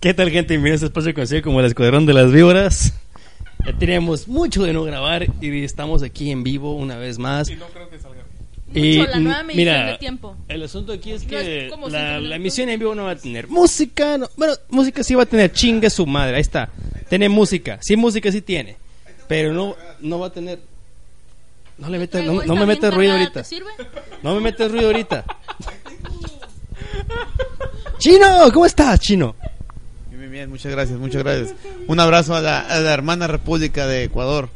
¿Qué tal, gente? Bienvenidos a este espacio conocido como el Escuadrón de las Víboras. Ya teníamos mucho de no grabar y estamos aquí en vivo una vez más. Y no creo que salga. Y, Mucho, la nueva mm, medición mira, de tiempo. El asunto aquí es No, que es como cinco la, la minutos. emisión en vivo no va a tener música. no- bueno, música sí va a tener, chingue su madre. Ahí está. Tiene música. Sí, música sí tiene. Pero no, no va a tener. No le metas, no, no me metas ruido ahorita. No me metes ruido ahorita. Chino, ¿cómo estás, Chino? Bien, bien, bien, muchas gracias, muchas gracias. Un abrazo a la, a la hermana República de Ecuador.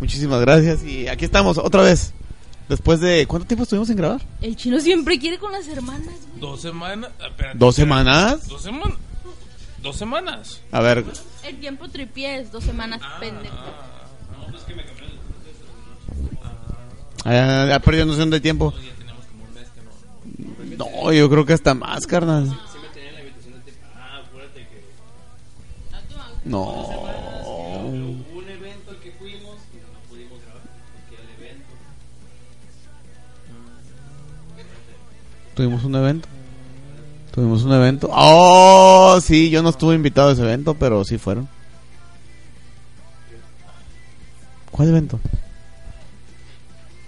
Muchísimas gracias y aquí estamos otra vez. Después de ¿cuánto tiempo estuvimos sin grabar? El chino siempre quiere con las hermanas, güey. Dos semanas. ah, espérate, Dos espérate. semanas. Dos semanas. Dos semanas. A ver, El tiempo tripié es dos semanas, pendejo. Eh, ya, ya perdió noción de tiempo. No, yo creo que hasta más, carnal. No. Un evento al que fuimos que no pudimos grabar porque el evento. Tuvimos un evento. Tuvimos un evento. Oh, sí, yo no estuve invitado a ese evento, pero sí fueron. ¿Cuál evento?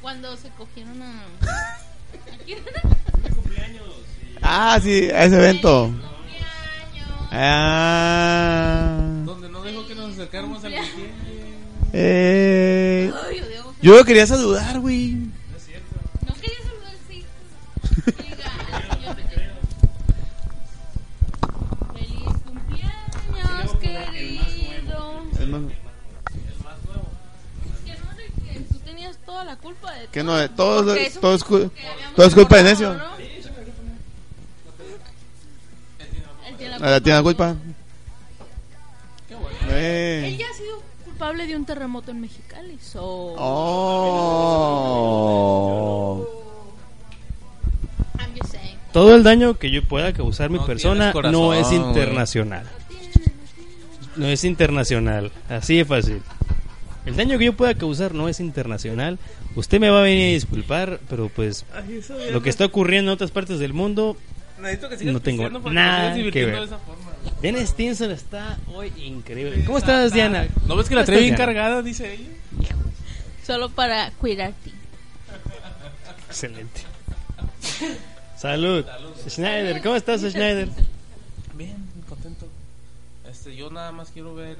Cuando se cogieron a. ¿A quién era? Ah, sí, a ese evento. Cumpleaños. Ah. Donde no dejó que nos acercáramos al pie. Eh, Ay, yo digo, yo lo quería saludar, güey. No quería saludar sí. Diga, al señor pendejo. Feliz cumpleaños, querido. Que no sé que tú tenías toda la culpa de Que todo. no, eh, todo, Porque eso todo, es, fue cul- lo que habíamos todo es culpa de necio. acordado, ¿no? Él tiene la Ah, Tiene la culpa. Qué bueno. Él Eh. ya ha sido culpable de un terremoto en Mexicali. So... Oh. I'm just saying. Todo el daño que yo pueda causar mi No persona tienes corazón, no es güey. internacional. No es internacional. Así de fácil. El daño que yo pueda causar no es internacional. Usted me va a venir a disculpar, pero pues lo que está ocurriendo en otras partes del mundo. Necesito que sigas No tengo pisteando para nada te sigas divirtiendo que ver. de esa forma. Dennis Stinson está hoy increíble. ¿Cómo estás, Diana? ¿No ves que la ¿Cómo trae bien estás, Diana? cargada? Dice ella. Solo para cuidarte. Excelente. Salud. Schneider, ¿cómo estás, Schneider? Bien, contento. Este, yo nada más quiero ver.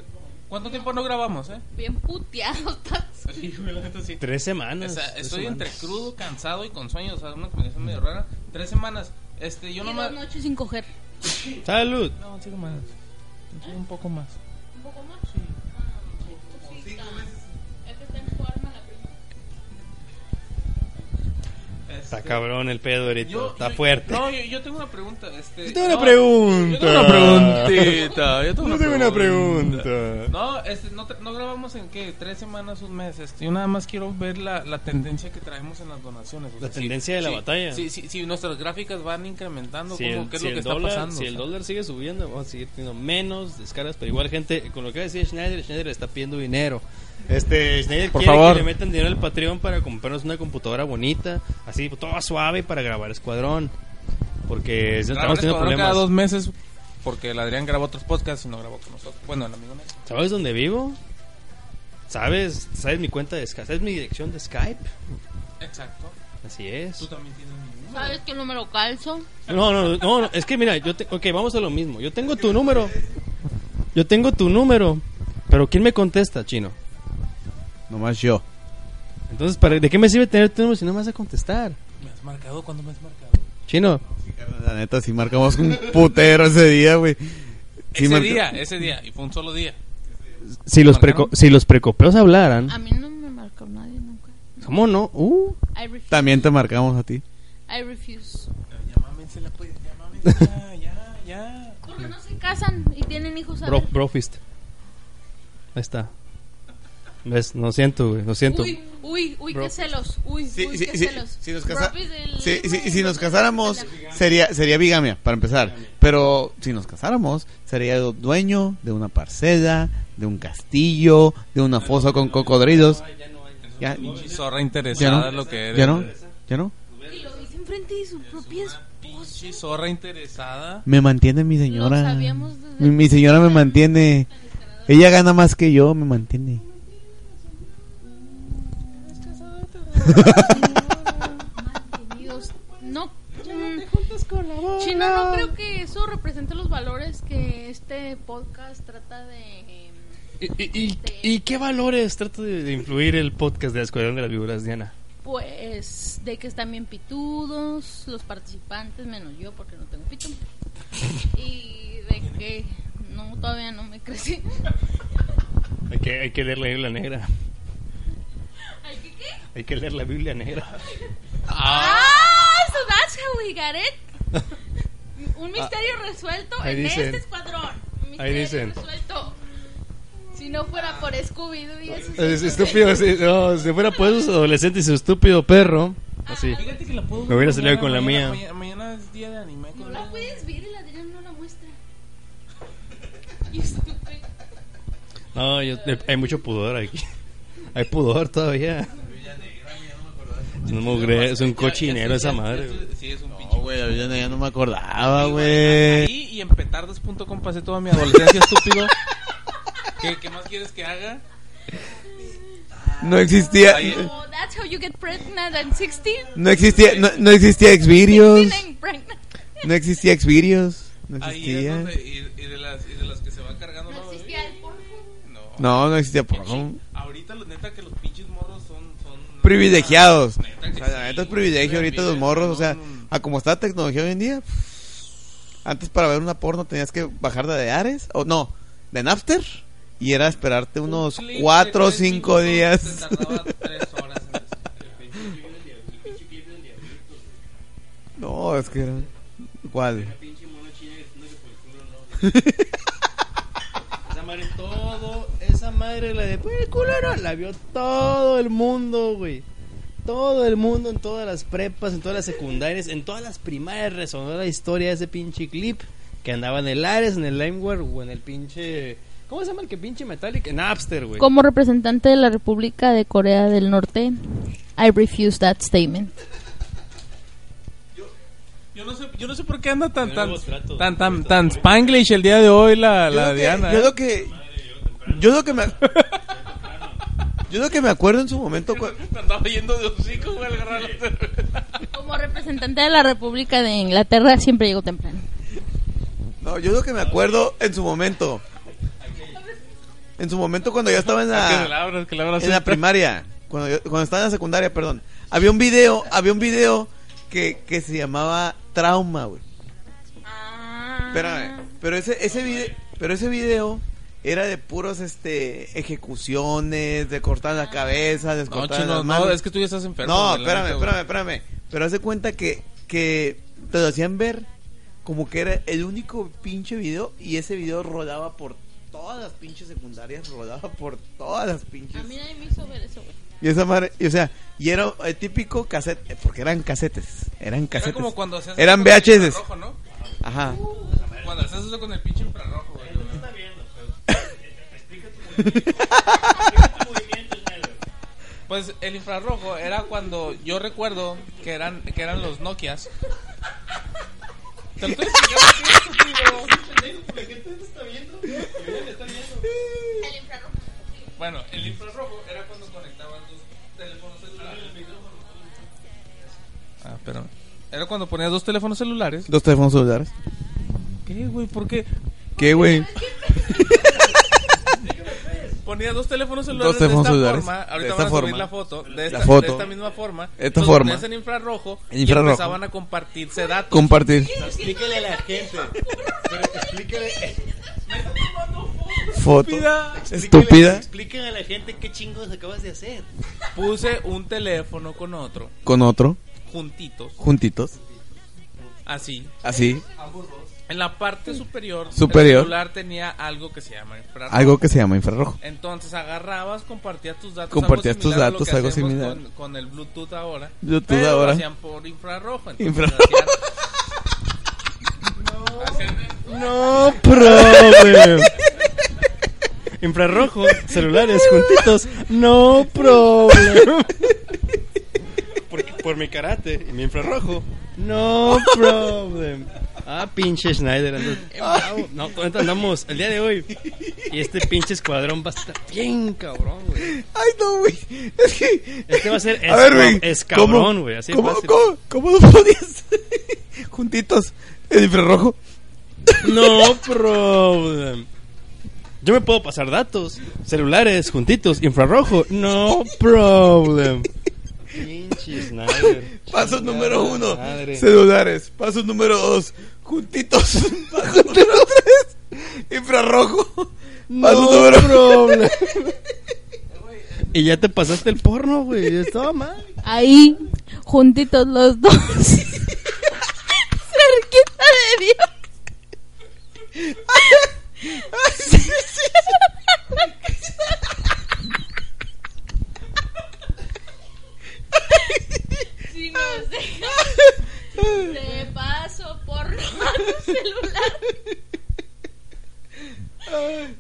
¿Cuánto tiempo no grabamos, eh? Bien puteado estás. sí. Tres semanas. O sea, tres estoy entre semanas. crudo, cansado y con sueños. O sea, una combinación medio rara. Tres semanas. Este, yo Yo nomás. Dos noches sin coger. Salud. No, sigo más. Un poco más. ¿Un poco más? Sí. Es que está en forma la primera. Este, Está cabrón el pedo ahorita. Yo- está yo- fuerte. No, yo, yo tengo una pregunta. Este, Yo tengo una no, pregunta. Yo tengo una preguntita. Yo tengo, No una, pregunta. pregunta. No, este, no, tra- no grabamos en qué, tres semanas, un mes. Este, yo nada más quiero ver la, la tendencia que traemos en las donaciones. o La sí, tendencia de la sí, batalla. Sí, sí, sí, nuestras gráficas van incrementando. Si ¿cómo? el, ¿Qué es si lo que el está dólar, pasando? si O el sea, dólar sigue subiendo, vamos a seguir teniendo menos descargas. Pero igual, gente, con lo que decía Schneider, Schneider está pidiendo dinero. Este, Schneider Por quiere favor. que le metan dinero al Patreon para comprarnos una computadora bonita, así, toda suave para grabar Escuadrón. Porque grabar estamos teniendo esto ahora problemas. cada dos meses porque el Adrián grabó otros podcasts y no grabó con nosotros. Bueno, el amigo Nelson. ¿Sabes dónde vivo? ¿Sabes? ¿Sabes mi cuenta de Skype? ¿Sabes mi dirección de Skype? Exacto. Así es. Tú también tienes mi número. ¿Sabes que no me lo calzo? No, no, no, no, es que mira, yo te, ok, vamos a lo mismo. Yo tengo tu número. Yo tengo tu número. Pero ¿quién me contesta, chino? Nomás yo. Entonces, ¿para, ¿de qué me sirve tener tu número si no me vas a contestar? ¿Me has marcado? ¿Cuándo me has marcado? Chino, La neta, sí marcamos un putero ese día, güey. Sí ese marca- día, ese día. Y fue un solo día. si los, preco- si los precopeos ¿Mm? hablaran, A mí no me marcó nadie nunca. ¿cómo no? Uh, I refuse. También te marcamos a ti. I refuse. Ya mámensela, pues, ya mámensela, ya, ya. Porque no se casan y tienen hijos a bro, ver. brofist. Ahí está. ¿Ves? No siento, güey, no siento. Uy, uy, uy, qué Bro. celos. Uy, Sí, uy, sí, qué sí, celos. si, nos casa- Propis del- sí, sí, si nos casáramos, sería, sería bigamia, para empezar. Pero si nos casáramos, sería du- dueño de una parcela, de un castillo, de una fosa con cocodrilos. Ya, Zorra interesada ¿Ya no? lo que eres. ¿Ya no? ¿Ya no? Y lo dicen enfrente de su propia Una pinche zorra interesada. Me mantiene mi señora. señora. Lo sabíamos desde Mi, mi señora me mantiene. Ella gana más que yo, me mantiene. Dios, no. mm, pues Chino, no creo que eso represente los valores que este podcast trata de. ¿Y, y, y- y qué valores trata de, de influir el podcast de la Escuadrón de las Figuras, Diana? Pues de que están bien pitudos los participantes, menos yo porque no tengo pito. Y de que no, todavía no me crecí. Hay que, hay que leer la Biblia Negra. ¿Ay, qué qué? Hay que leer la Biblia Negra. Ah, so that's how we got it. Un misterio resuelto Ah, ahí en dicen. este escuadrón. Un misterio Ahí dicen. resuelto. Si no fuera por Scooby-Doo y eso. Es estúpido, sí, no, si fuera por esos adolescentes y su estúpido perro. Así. Fíjate que la puedo Me hubiera salido mañana, con la mañana, mía. Mañana, mañana es día de anime. No con la la- puedes ver y la Adrián no la muestra. Y estúpido. No, yo- eh, hay mucho pudor aquí. Hay pudor todavía. Es un mugre- es un cochinero esa madre. güey. Sí, es un pinche. No, güey, la vida ya no me acordaba, güey. Ahí y en petardos.com pasé toda mi adolescencia, estúpido. ¿Qué, qué más quieres que haga? No existía. Ahí- Oh, that's how you get pregnant at 16. No existía, no, no existía Xvideos. 16 and pregnant. No existía Xvideos. No Ahí es existía. donde. Y, y de las, y de las que se va cargando. No la bebé. existía el porno. No. No, no existía porno. Ahorita, la neta, que los pinches morros son. son Privilegiados. Neta O que sea, la sí, neta es privilegio ahorita los morros. O sea, no, no. a como está la tecnología hoy en día. Antes para ver una porno tenías que bajar de Ares. O no, de Napster. Y era esperarte unos clip de 4 o tres 5 minutos días. Te tardaba tres horas en eso. No, es que era. ¿Cuál? Esa madre todo, esa madre la de "Pues, el culo no", la vio todo el mundo, güey. Todo el mundo en todas las prepas, en todas las secundarias, en todas las primarias resonó la historia de ese pinche clip que andaba en el Ares, en el Limeware o en el pinche ¿Cómo se llama el que pinche Metallic? En Napster, güey. Como representante de la República de Corea del Norte, I refuse that statement. Yo no, sé, yo no sé por qué anda tan tan Nuevos tratos. tan tan, tan spanglish el día de hoy la, la yo lo que- Diana. yo ¿eh? lo que. Yo lo que me. Yo lo que me acuerdo en su momento. cu- Te andaba yendo de hocico, güey, al agarrar la cerveza. Como representante de la República de Inglaterra, siempre llego temprano. No, yo lo que me acuerdo en su momento. En su momento cuando yo estaba en Que la. la abras, que la abras en Ah. la siempre. primaria, cuando, yo- cuando estaba en la secundaria, perdón, había un video, había un video que, que se llamaba Trauma, güey. Ah. Espérame, pero ese, ese video, pero ese video era de puros este ejecuciones, de cortar la cabeza, de No, cortar chino, las no, manos. es que tú ya estás enfermo. No, güey, la espérame, neta, güey. espérame, espérame. Pero hace cuenta que, que te lo hacían ver como que era el único pinche video y ese video rodaba por todas las pinches secundarias, rodaba por todas las pinches. A mí nadie me hizo ver eso, güey. Y esa madre, y, o sea, y era el típico cassette, eh, porque eran casetes, eran Era casetes. como cuando hacías Eran eso con el VHS. infrarrojo, ¿no? Ajá. Cuando hacías eso con el pinche infrarrojo, güey. Pues el infrarrojo era cuando yo recuerdo que eran que eran los Nokias. Te lo estoy explicando, tío, tío. Bueno, el infrarrojo era cuando conectaban tus teléfonos celulares. Ah, espérame. Era cuando ponías dos teléfonos celulares. Dos teléfonos celulares. ¿Qué, güey? ¿Por qué? ¿Qué, güey? Ponía dos teléfonos celulares Dos teléfonos de esta celulares. forma. Ahorita De esta van a subir forma. la foto. De esta, foto. de esta misma forma. Esta Entonces, forma. ponías en infrarrojo. En infrarrojo. Y empezaban a compartirse datos. Compartir. Explíquele a la gente. Pero explíquele, Foto. Estúpida. Estúpida. explíquele a la gente qué chingos acabas de hacer. Puse un teléfono con otro. Con otro, Juntitos. juntitos, Así. así, En la parte superior. Superior. El celular tenía algo que se llama infrarrojo. algo que se llama infrarrojo. Entonces agarrabas, compartías tus datos. Compartías algo tus similar a lo datos, que algo hacemos similar. Con, con el Bluetooth ahora. Bluetooth pero ahora. Lo hacían por infrarrojo. entonces Infrarrojo. hacían- hacían- No, problem. Infrarrojo, celulares juntitos, no problem. Porque por mi karate y mi infrarrojo, No problem. Ah, pinche Schneider. andas bien bravo. No, con esto andamos el día de hoy. Y este pinche escuadrón va a estar bien cabrón, güey. Ay, no, güey. Es que. Este va a ser A ver, esca- güey. escabrón, ¿cómo- güey, así ¿Cómo, fácil. cómo, cómo los podías? Juntitos. El infrarrojo. No problem. Yo me puedo pasar datos, celulares, juntitos, infrarrojo. No problem. Pinche Schneider. Paso número uno. madre. Celulares. Paso número dos. Juntitos. Paso número tres. Infrarrojo. Paso número problem. Y ya te pasaste el porno, güey. Estaba mal. Ahí, juntitos los dos. Cerquita de Dios. Si nos dejan, te paso por tu celular.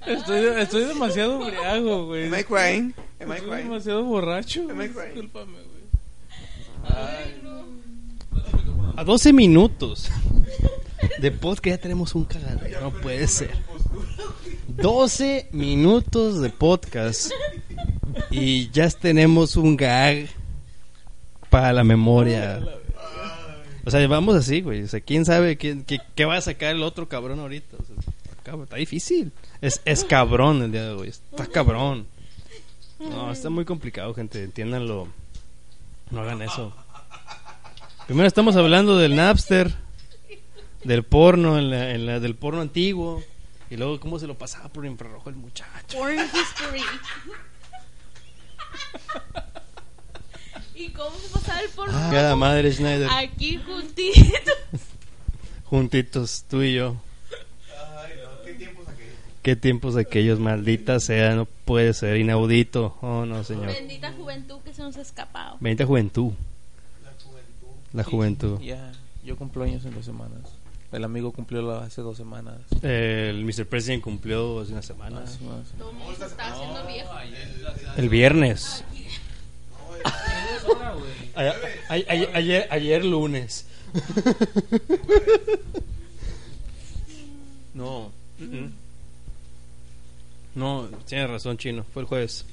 Estoy, estoy demasiado briago, güey. Am I crying? Am I Estoy crying? demasiado borracho. güey. Am I crying? Discúlpame, güey. A 12 minutos de podcast ya tenemos un cagadero. No puede ser. 12 minutos de podcast y ya tenemos un gag para la memoria. O sea, vamos así, güey. O sea, quién sabe quién- qué, qué va a sacar el otro cabrón ahorita. O sea, cabrón, está difícil. Es, es cabrón el día de hoy. Está cabrón. No, está muy complicado, gente. Entiéndanlo. No hagan eso. Primero estamos hablando del Napster, del porno, en la- en la- del porno antiguo, y luego cómo se lo pasaba por infrarrojo el muchacho. Porn History. ¿Y cómo se pasaba el porno? Cada madre Schneider, Aquí juntitos. juntitos, tú y yo. Qué tiempos aquellos, maldita sea, no puede ser, inaudito. Oh, no, señor. Bendita juventud que se nos ha escapado. Bendita juventud. La juventud. Ya, yo cumplo años en dos semanas. El amigo cumplió la- hace dos semanas. El Mr. President cumplió hace una semana. Más, más. Todo el mundo se está haciendo viejo. El viernes. A- a- ayer, ayer- ayer lunes. No. mm-mm. No, tienes razón, chino. Fue el jueves.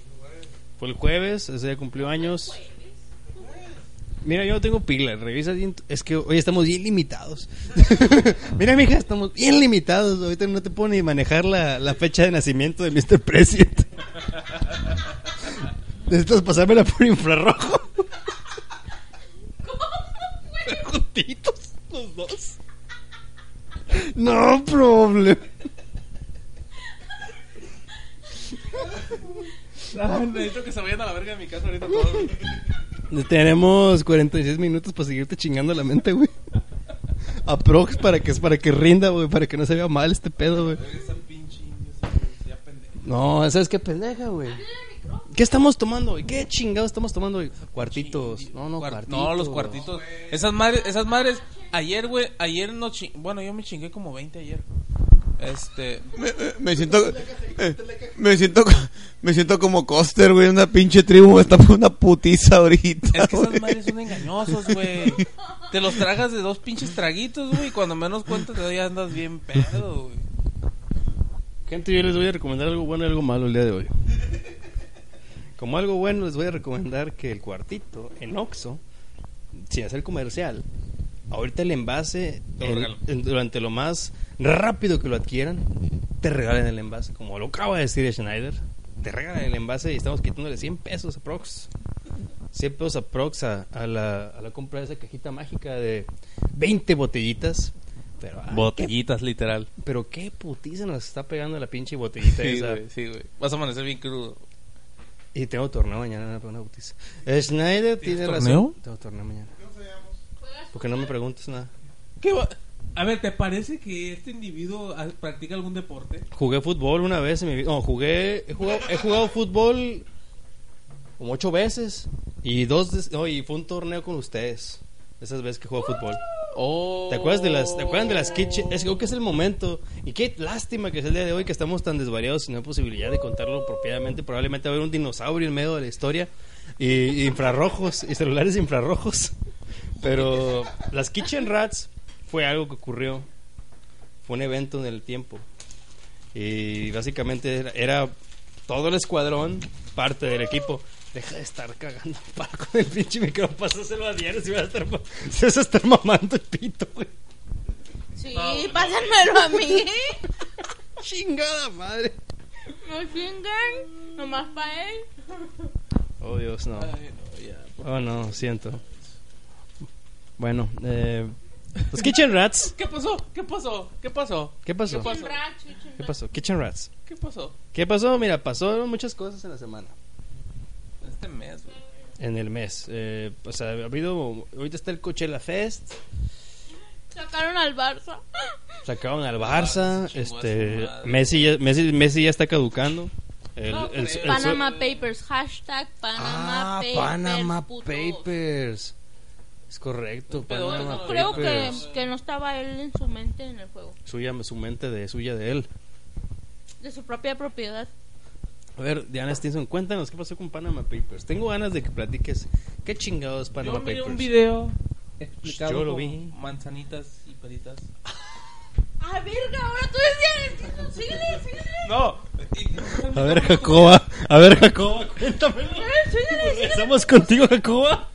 Fue el jueves, ese día cumplió años. Mira, yo no tengo pila. Revisa bien. tu- Es que hoy estamos bien limitados. Mira, mija, estamos bien limitados. Ahorita no te puedo ni manejar la, la fecha de nacimiento de Mr. President. Necesitas pasármela por infrarrojo. Juntitos, los dos. No problem. Ah, necesito que se vayan a la verga de mi casa ahorita todos. Tenemos 46 minutos para seguirte chingando la mente, güey. Aprox para que para que rinda, güey, para que no se vea mal este pedo, güey. Esa pinche indio, ya pendejo. No, ¿sabes qué pendeja, güey? ¿Qué estamos tomando hoy? ¿Qué chingados estamos tomando hoy? Cuartitos. No, no, Cuart- cuartitos. No, los cuartitos. Esas madres, esas madres. Ayer, güey, ayer no ching... Bueno, yo me chingué como 20 ayer. Este... Me, me- me siento. eh, Me siento. Me siento como Coster, güey. Una pinche tribu. Está por una putiza ahorita. Es que esas güey. madres son engañosos, güey. Te los tragas de dos pinches traguitos, güey. y Cuando menos cuentas te doy, andas bien pedo, güey. Gente, yo les voy a recomendar algo bueno y algo malo el día de hoy. Como algo bueno, les voy a recomendar que el cuartito en Oxxo, sin hacer comercial, ahorita el envase, Te lo en- regalo. en- durante lo más rápido que lo adquieran, te regalen el envase. Como lo acaba de decir Schneider, te regalan el envase y estamos quitándole 100 pesos a Prox. 100 pesos a Prox a, a la, a la compra de esa cajita mágica de 20 botellitas. Pero, ah, qué Botellitas, literal. pero qué putiza nos está pegando la pinche botellita Sí, esa. güey, sí, güey. Vas a amanecer bien crudo. Y tengo torneo mañana para una putiza. Schneider tiene razón. torneo? Tengo torneo mañana. Porque no me preguntes nada. ¿Qué va? A ver, ¿te parece que este individuo ah, practica algún deporte? Jugué fútbol una vez en mi vida. No, jugué. He jugado, he jugado fútbol como ocho veces. Y dos. des- No, y fue un torneo con ustedes. Esas veces que juego fútbol. Oh. ¿Te acuerdas de las, ¿te acuerdan de las kitchen? Es que creo que es el momento. Y qué lástima que es el día de hoy que estamos tan desvariados y no hay posibilidad de contarlo propiamente. Probablemente va a haber un dinosaurio en medio de la historia. Y, y infrarrojos, y celulares infrarrojos. Pero las Kitchen Rats fue algo que ocurrió. Fue un evento en el tiempo. Y básicamente era, era todo el escuadrón, parte del equipo. Deja de estar cagando para con el pinche micrófono, pásaselo a diario si vas a estar, ma- si vas a estar mamando el pito, güey. Sí, pásenmelo a mí. Chingada madre. No chingan, nomás para él. Oh, Dios, no. Ay, no, ya. Oh, no, siento. Bueno, eh, los Kitchen Rats. ¿Qué pasó? ¿Qué pasó? ¿Qué pasó? ¿Qué pasó? ¿Qué pasó? Racho, chingan. ¿Qué pasó? Kitchen Rats. ¿Qué pasó? ¿Qué pasó? Mira, pasaron muchas cosas en la semana. Este mes, güey. En el mes. Eh, o sea, ha habido. Ahorita está el Coachella Fest. Sacaron al Barça. Sacaron al Barça. Ah, chingó a su este, madre. Messi, ya, Messi, Messi ya está caducando. El, No, pues, el- creo. el- Panama Papers, hashtag Panama Ah, Papers. Panama putos. Papers. Es correcto, Pero Panama no, Creo que, Papers. que no estaba él en su mente en el juego. Suya, su mente de suya de él. De su propia propiedad. A ver, Diana Stinson, cuéntanos qué pasó con Panama Papers. Tengo ganas de que platiques. ¿Qué chingados Panama Yo miré Papers? un video explicado Yo lo con vi. manzanitas y peritas. ¡Ah, verga! Ahora tú decías, síguele, síguele. No. A ver, Jacoba. A ver, Jacoba, cuéntame. Regresamos contigo, Jacoba.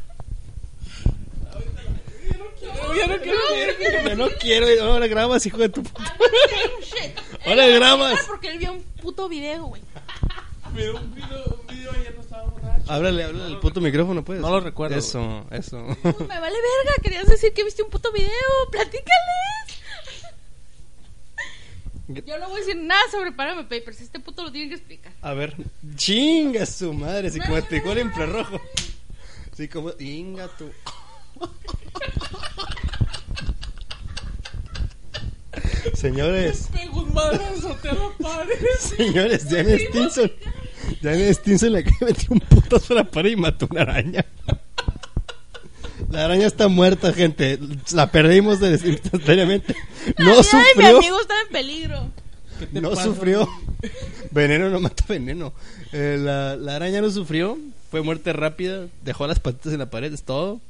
Yo no quiero ver. Yo no quiero. Ahora grabas, hijo de tu puta. Ahora grabas. Porque él vio un puto video, güey. Miré un video, un video ayer no estaba borracho. Háblale, háblale al puto micrófono, pues. No lo recuerdo, Eso, eso. Me vale verga, querías decir que viste un puto video, platícales. Yo no voy a decir nada sobre Panama Papers, este puto lo tiene que explicar. A ver. Chinga su madre, si como te el infrarrojo. Si como. Inga tu. Señores, Pego un madrazo, te lo pares. señores, Diana Stinson. Diana Stinson la que metió un putazo a la pared y mató una araña. La araña está muerta, gente. La perdimos de- instantáneamente. La No vida de mi sufrió. amigo estaba en peligro. No pasa, sufrió. Veneno no mata veneno. Eh, la, la araña no sufrió. Fue muerte rápida. Dejó las patitas en la pared. Es todo.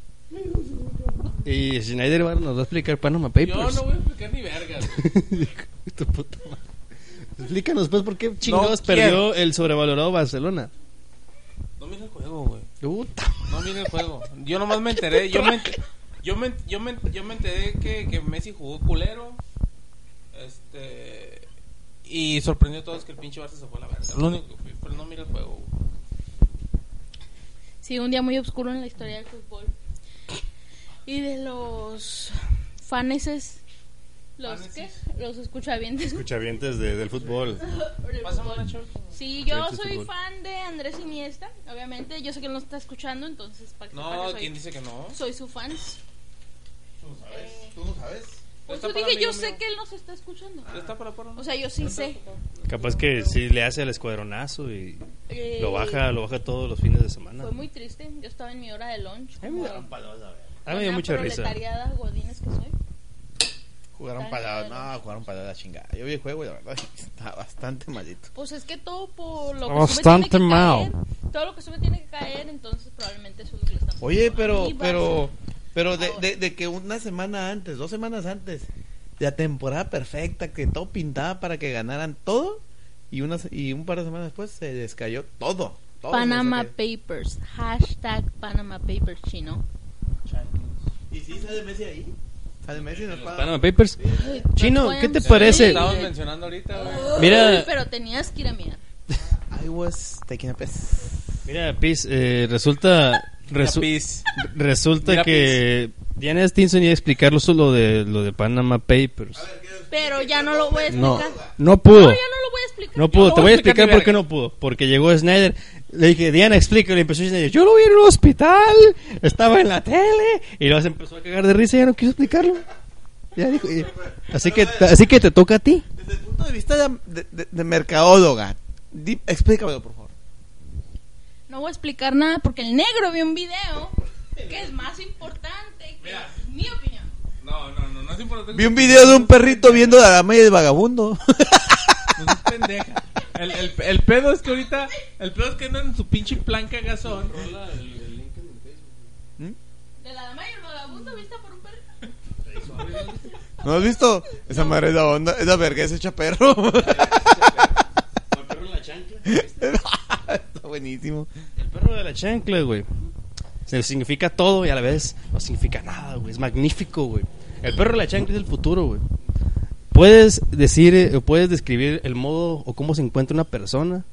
Y Schneider Bar nos va a explicar Panama Yo Papers. no voy a explicar ni verga. güey. Tu puta madre. Explícanos, pues, por qué chingados No quiero. perdió el sobrevalorado Barcelona. No mira el juego, güey. Puta. No mira el juego. Yo nomás me enteré. Yo me, ent- yo me, ent- yo me, ent- yo me enteré que, que Messi jugó culero. Este. Y sorprendió a todos que el pinche Barça se fue a la verga. Lo único que fui, pero no mira el juego. güey. Sí, un día muy oscuro en la historia del fútbol. Y de los faneses, los que Faneses. los escuchavientes. Escuchavientes del fútbol. del Pásame fútbol. una chorcha. Sí, yo Escuchavientes del soy fútbol. fan de Andrés Iniesta, obviamente. Yo sé que él no está escuchando, entonces para que sepa que No, soy, ¿quién dice que no? soy su fans. Tú no sabes, tú no sabes. Pues Está yo para dije, mí, yo mío. sé que él nos está escuchando. Está para paro, ¿no? O sea, yo sí sé. Capaz que si le hace el escuadronazo y Eh, lo baja, lo baja todos los fines de semana. Fue muy triste. Yo estaba en mi hora de lunch. A mí me como daban paladas, a ver. A mí me dio buena mucha risa. proletariada godines que soy. Jugaron para la, no, jugaron para la chingada. Yo vi el juego y la verdad está bastante malito. Pues es que todo por lo que Bastante sube tiene que mal. caer. Todo lo que sube tiene que caer, entonces probablemente eso es lo que le estamos Oye, dando a pero, Chivas. oh, pero, pero de, de- de que una semana antes, dos semanas antes, de la temporada perfecta, que todo pintaba para que ganaran todo, y unas y un par de semanas después se descayó todo. todo Panama Se Papers. Hashtag Panama Papers chino. descayó. ¿Y si sale Messi ahí? Sale Messi en el Panama Papers. Chino, ¿qué te parece? Estaban mencionando ahorita, güey. Mira- Mira. Pero tenías que ir a mirar. I was taking a piss. Mira, Piz, eh, resulta resu- Tapiz. resulta Mira, que Diana Stinson iba a explicar lo solo de lo de Panama Papers. Pero ya no lo voy a No, explicar. no pudo. ya no lo voy a explicar. No pudo, no te voy voy a a explicar explicar ni por qué verga. no pudo. Porque llegó Snyder, le dije, Diana, explica, le empezó Snyder, yo lo vi en el hospital, estaba en la tele, y luego se empezó a cagar de risa y ya no quiso explicarlo. Ya dijo, y- así, que, así que te toca a ti. Desde el punto de vista de, de, de- de mercadóloga, di- explícamelo, por favor. No voy a explicar nada porque el negro vio un video que es más importante que Mira. mi opinión. No, no, no, no es importante. Vi un video de un perrito viendo la dama y el vagabundo. No seas pendeja. El, el, el pedo es que ahorita. El pedo es que andan en su pinche plan cagazón. ¿De la dama y el vagabundo vista por un perro? ¿No has visto? Esa madre es la onda, es la verga, es hecha perro. Con el perro en la chancla. ¿viste? Está buenísimo. El perro de la chancla, güey. Se significa todo y a la vez no significa nada, güey. Es magnífico, güey. El perro de la chancla es el futuro, güey. Puedes decir, eh, o puedes describir el modo o cómo se encuentra una persona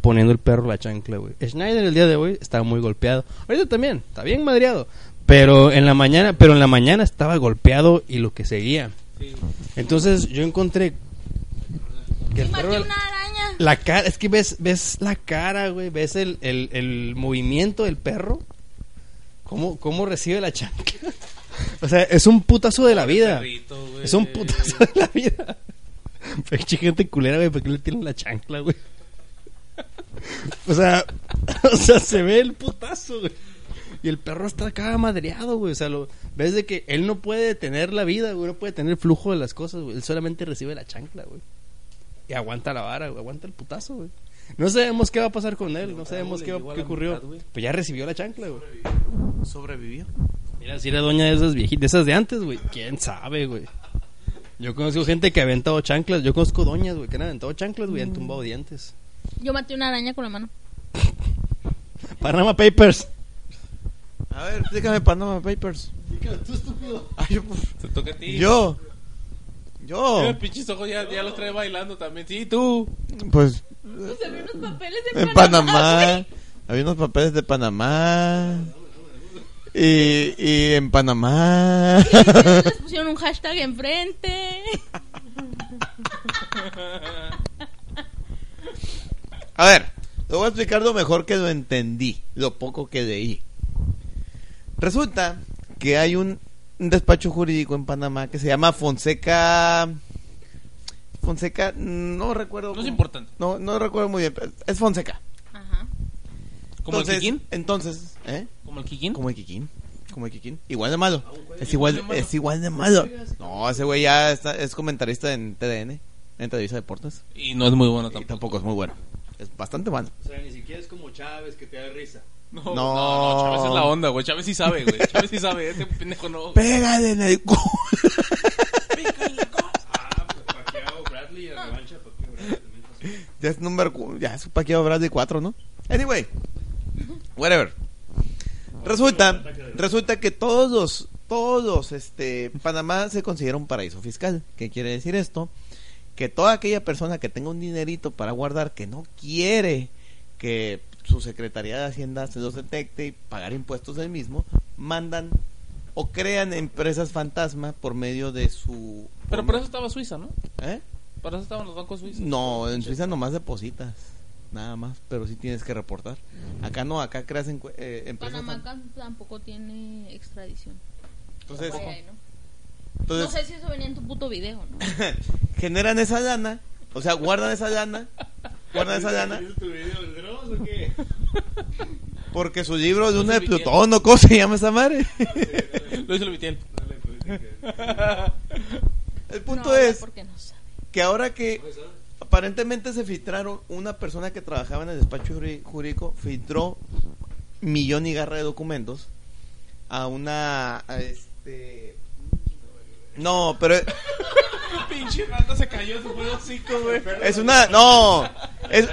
poniendo el perro en la chancla, güey. Schneider el día de hoy estaba muy golpeado. Ahorita también, está bien madreado. Pero en la mañana, pero en la mañana estaba golpeado y lo que seguía. Entonces yo encontré que Y el perro maté de la- una araña. la cara, es que ves, ves la cara, güey, ves el, el, el movimiento del perro. ¿Cómo, ¿Cómo recibe la chancla? O sea, es un putazo de la vida. Perrito, güey. Es un putazo de la vida. Pinche gente culera, güey, ¿por qué le tienen la chancla, güey? O sea, o sea, se ve el putazo, güey. Y el perro está acá madreado, güey. O sea, lo, ves de que él no puede detener la vida, güey. No puede tener el flujo de las cosas, güey. Él solamente recibe la chancla, güey. Y aguanta la vara, güey. Aguanta el putazo, güey. No sabemos qué va a pasar con él. No sabemos qué, va- qué ocurrió. Pues ya recibió la chancla, güey. ¿Sobrevivió? Mira, si era doña de esas viejitas, de esas de antes, güey. ¿Quién sabe, güey? Yo conozco gente que ha aventado chanclas. Yo conozco doñas, güey, que han aventado chanclas, güey, y han tumbado dientes. Yo maté una araña con la mano. Panama Papers. A ver, explícame Panama Papers. Dígame tú, estúpido. Te toca a ti. yo. Mira, Yo. el pinche ojo ya, ya lo trae bailando también. Sí, tú. Pues Pues había unos papeles en, en Panamá. Había unos papeles de Panamá. Y, y en Panamá. güey. Les pusieron un hashtag enfrente. A ver, lo voy a explicar lo mejor que lo entendí, lo poco que leí. Resulta que hay un, un despacho jurídico en Panamá que se llama Fonseca. Fonseca, no recuerdo. No es cómo- importante. No, no recuerdo muy bien, pero es Fonseca. Ajá. Como entonces, el Kikín. Entonces, ¿eh? Como el Kikín. Como el Kikín. Como el Kikín. Igual de malo. Es Ah, igual, es igual de malo. No, ese güey ya está- es comentarista en TDN, en Televisa Deportes. Y no es muy bueno Y tampoco. tampoco es muy bueno. Es bastante malo. O sea, ni siquiera es como Chávez que te da risa. No, No. no, no, Chávez es la onda, güey. Chávez sí sabe, güey. Chávez sí sabe. Ese pendejo no. Pégale en el culo. Ah, pues Paquiao, Bradley y la revancha de Pacquiao Bradley también pasó. ya es número. cu- Ya es un paquete de de 4, ¿no? Anyway. Whatever. Resulta, resulta que todos los, todos los, este, Panamá se considera un paraíso fiscal. ¿Qué quiere decir esto? Que toda aquella persona que tenga un dinerito para guardar que no quiere que su Secretaría de Hacienda se los detecte y pagar impuestos del mismo, mandan o crean empresas fantasma por medio de su... Pero por eso estaba Suiza, ¿no? ¿Eh? Por eso estaban los bancos suizos. No, en Suiza nomás depositas. Nada más, pero sí tienes que reportar. Acá no, acá creas en, eh, empresas. Panamá fan- tampoco tiene extradición. Entonces, Por ahí, ¿no? entonces no sé si eso venía en tu puto video, ¿no? generan esa lana, o sea, guardan esa lana, guardan esa lana, ¿Viste tu video del Dross o qué? porque su libro de No una se de vivieron. Plutón o cosa se llama esa madre. Lo hizo el Vitiel. Dale, pues, de que- El punto No, es Porque no sabe. que ahora que aparentemente se filtraron, una persona que trabajaba en el despacho juri- jurídico filtró millón y garra de documentos a una... a este... No, pero... Pinche rata se cayó, se fue el hocico, güey. Es una, no, es,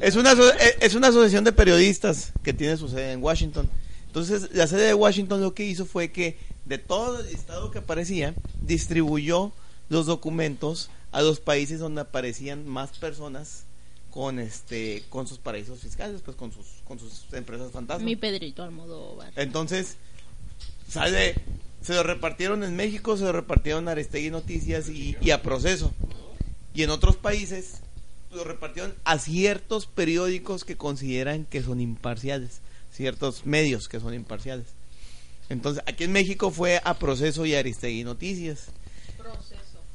es una, aso- es- es una asociación de periodistas que tiene su sede en Washington. Entonces, la sede de Washington lo que hizo fue que de todo el listado que aparecía, distribuyó los documentos a los países donde aparecían más personas con este con sus paraísos fiscales, pues con sus con sus empresas fantasmas. Mi Pedrito Almodóvar. Eh. Entonces, sale, se lo repartieron en México, se lo repartieron a Aristegui Noticias y, y a Proceso. Y en otros países lo repartieron a ciertos periódicos que consideran que son imparciales, ciertos medios que son imparciales. Entonces, aquí en México fue a Proceso y a Aristegui Noticias.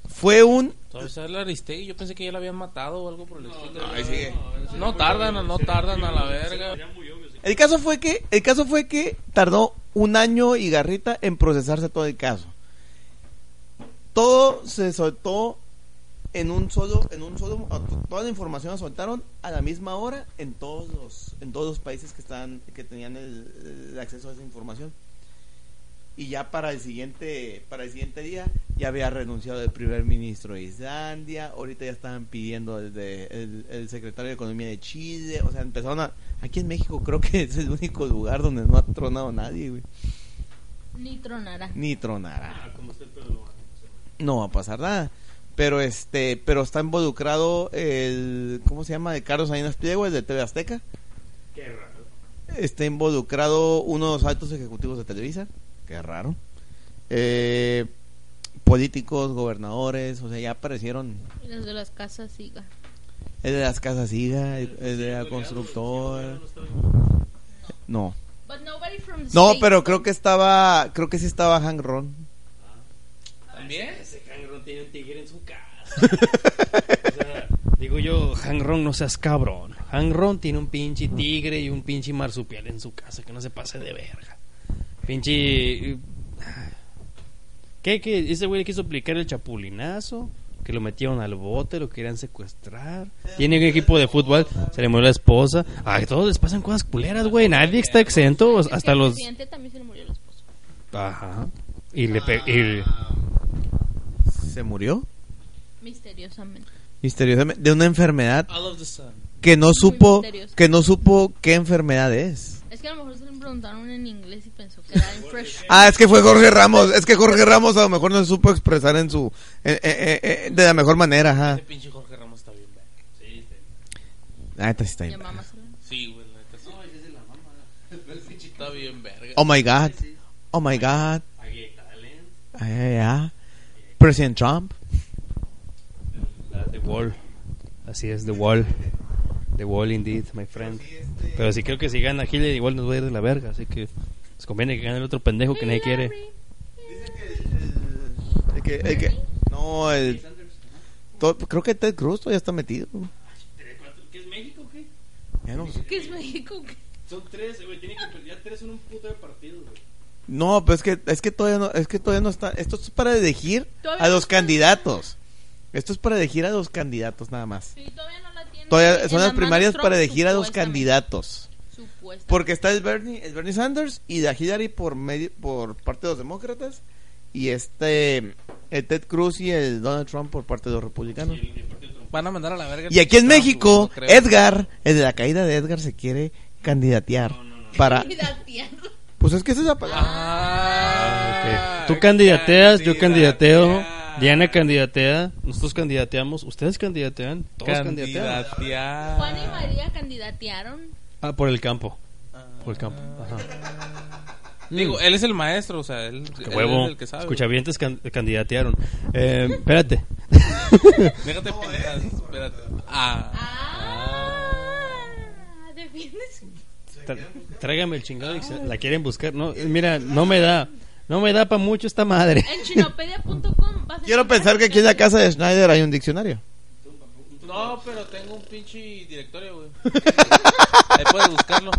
Fue un... ¿Sabes es la Aristegui? Yo pensé que ya la habían matado o algo por el estilo. Ahí sigue. No tardan, no tardan a la verga. Ya muy obvio, sí. El caso fue que, el caso fue que tardó un año y garrita en procesarse todo el caso. Todo se soltó en un solo, en un solo, toda la información la soltaron a la misma hora en todos los, en todos los países que estaban, que tenían el, el acceso a esa información. y ya para el siguiente para el siguiente día ya había renunciado el primer ministro de Islandia, ahorita ya estaban pidiendo desde el, el secretario de Economía de Chile, o sea, empezaron a aquí en México creo que es el único lugar donde no ha tronado nadie, güey. Ni tronará. Ni tronará. Ah, como está el pedo, no va a pasar. No va a pasar nada. Pero este, pero está involucrado el ¿cómo se llama? de Carlos Salinas Pliego, el de TV Azteca. Qué raro. está involucrado uno de los altos ejecutivos de Televisa, qué raro. Eh, políticos, gobernadores, o sea, ya aparecieron. Y Los de las casas siga. El de las casas siga, el, el de la constructora. No. But nobody from No, Spain. pero creo que estaba, creo que sí estaba Hank Ron. ¿También? Ah, Ese canguro tiene un tigre en su casa. o sea, Digo yo, Hangron, no seas cabrón. Hangron tiene un pinche tigre y un pinche marsupial en su casa que no se pase de verga. Pinche. eh, ¿Qué? ¿Qué? Ese güey le quiso aplicar el chapulinazo. Que lo metieron al bote, lo querían secuestrar. Tiene un equipo de fútbol, se le murió la esposa. A todos les pasan cosas culeras, güey. Nadie está exento, Es que hasta al los. presidente también se le murió el esposo. Ajá. Y le pe- y- Se murió Misteriosamente. misteriosamente de una enfermedad All of the sun. que no supo, misterioso. que no supo qué enfermedad es. Es que a lo mejor se le preguntaron en inglés y pensó que era en fresh. Ah, es que fue Jorge Ramos. Es que Jorge Ramos a lo mejor no se supo expresar en su, eh, eh, eh, eh, de la mejor manera, ajá. Ese Este pinche Jorge Ramos está bien, güey. sí, este, Ah, esta sí está bien. Llamámoslo. Sí, güey, la neta sí. Está bien, verga. Oh my God. Oh my God. Agui Talent, Ay, ay, ay. President Trump. La The Wall. Así es, The Wall. The Wall, indeed, my friend. Pero si creo que si gana Hillary, igual nos va a ir de la verga. Así que les conviene que gane el otro pendejo que nadie quiere. El que- el que- no, el. to- creo que Ted Cruz todavía está metido. tres, cuatro, ¿Qué es México, qué? Ya no, sé. ¿Qué es México? ¿Qué? Son tres, güey. Tienen que pelear tres en un puto de partido, güey. No, pero es que, es que todavía no, es que todavía no está. Esto es para elegir Todavía a no los está. candidatos. Esto es para elegir a los candidatos nada más. Sí, todavía no la tiene. Todavía En son las mano primarias Trump, para elegir a los supuestamente. candidatos. Supuestamente. Porque está el Bernie, el Bernie Sanders y la Hillary por medio, por parte de los demócratas y este el Ted Cruz y el Donald Trump por parte de los republicanos. Van a mandar a la verga. el Oh. Y aquí en Trump, México, güey, no creo. Edgar, el de la caída de Edgar se quiere candidatear para Y la tierra. Pues es que esa es la palabra. Ah, Ok. Tú candidateas, yo candidateo. Diana candidatea, nosotros candidateamos, ustedes candidatean, todos candidatean. Candidatear. Juan y María candidatearon. Ah, por el campo. Por el campo. Ah. Ajá. Digo, él es el maestro, o sea, él, Que él Mm. huevo. es el que sabe. Escuchavientes can- candidatearon. Eh, espérate. Déjate pendejadas, espérate. Ah. Ah, defiendes. Tra- Tráigame el chingado y se- la quieren buscar. No, eh, mira, no me da. No me da para mucho esta madre. En chinopedia.com. vas a Quiero encontrar pensar que aquí en la casa de Schneider hay un diccionario. No, pero tengo un pinche directorio, güey. Ahí puedes buscarlo.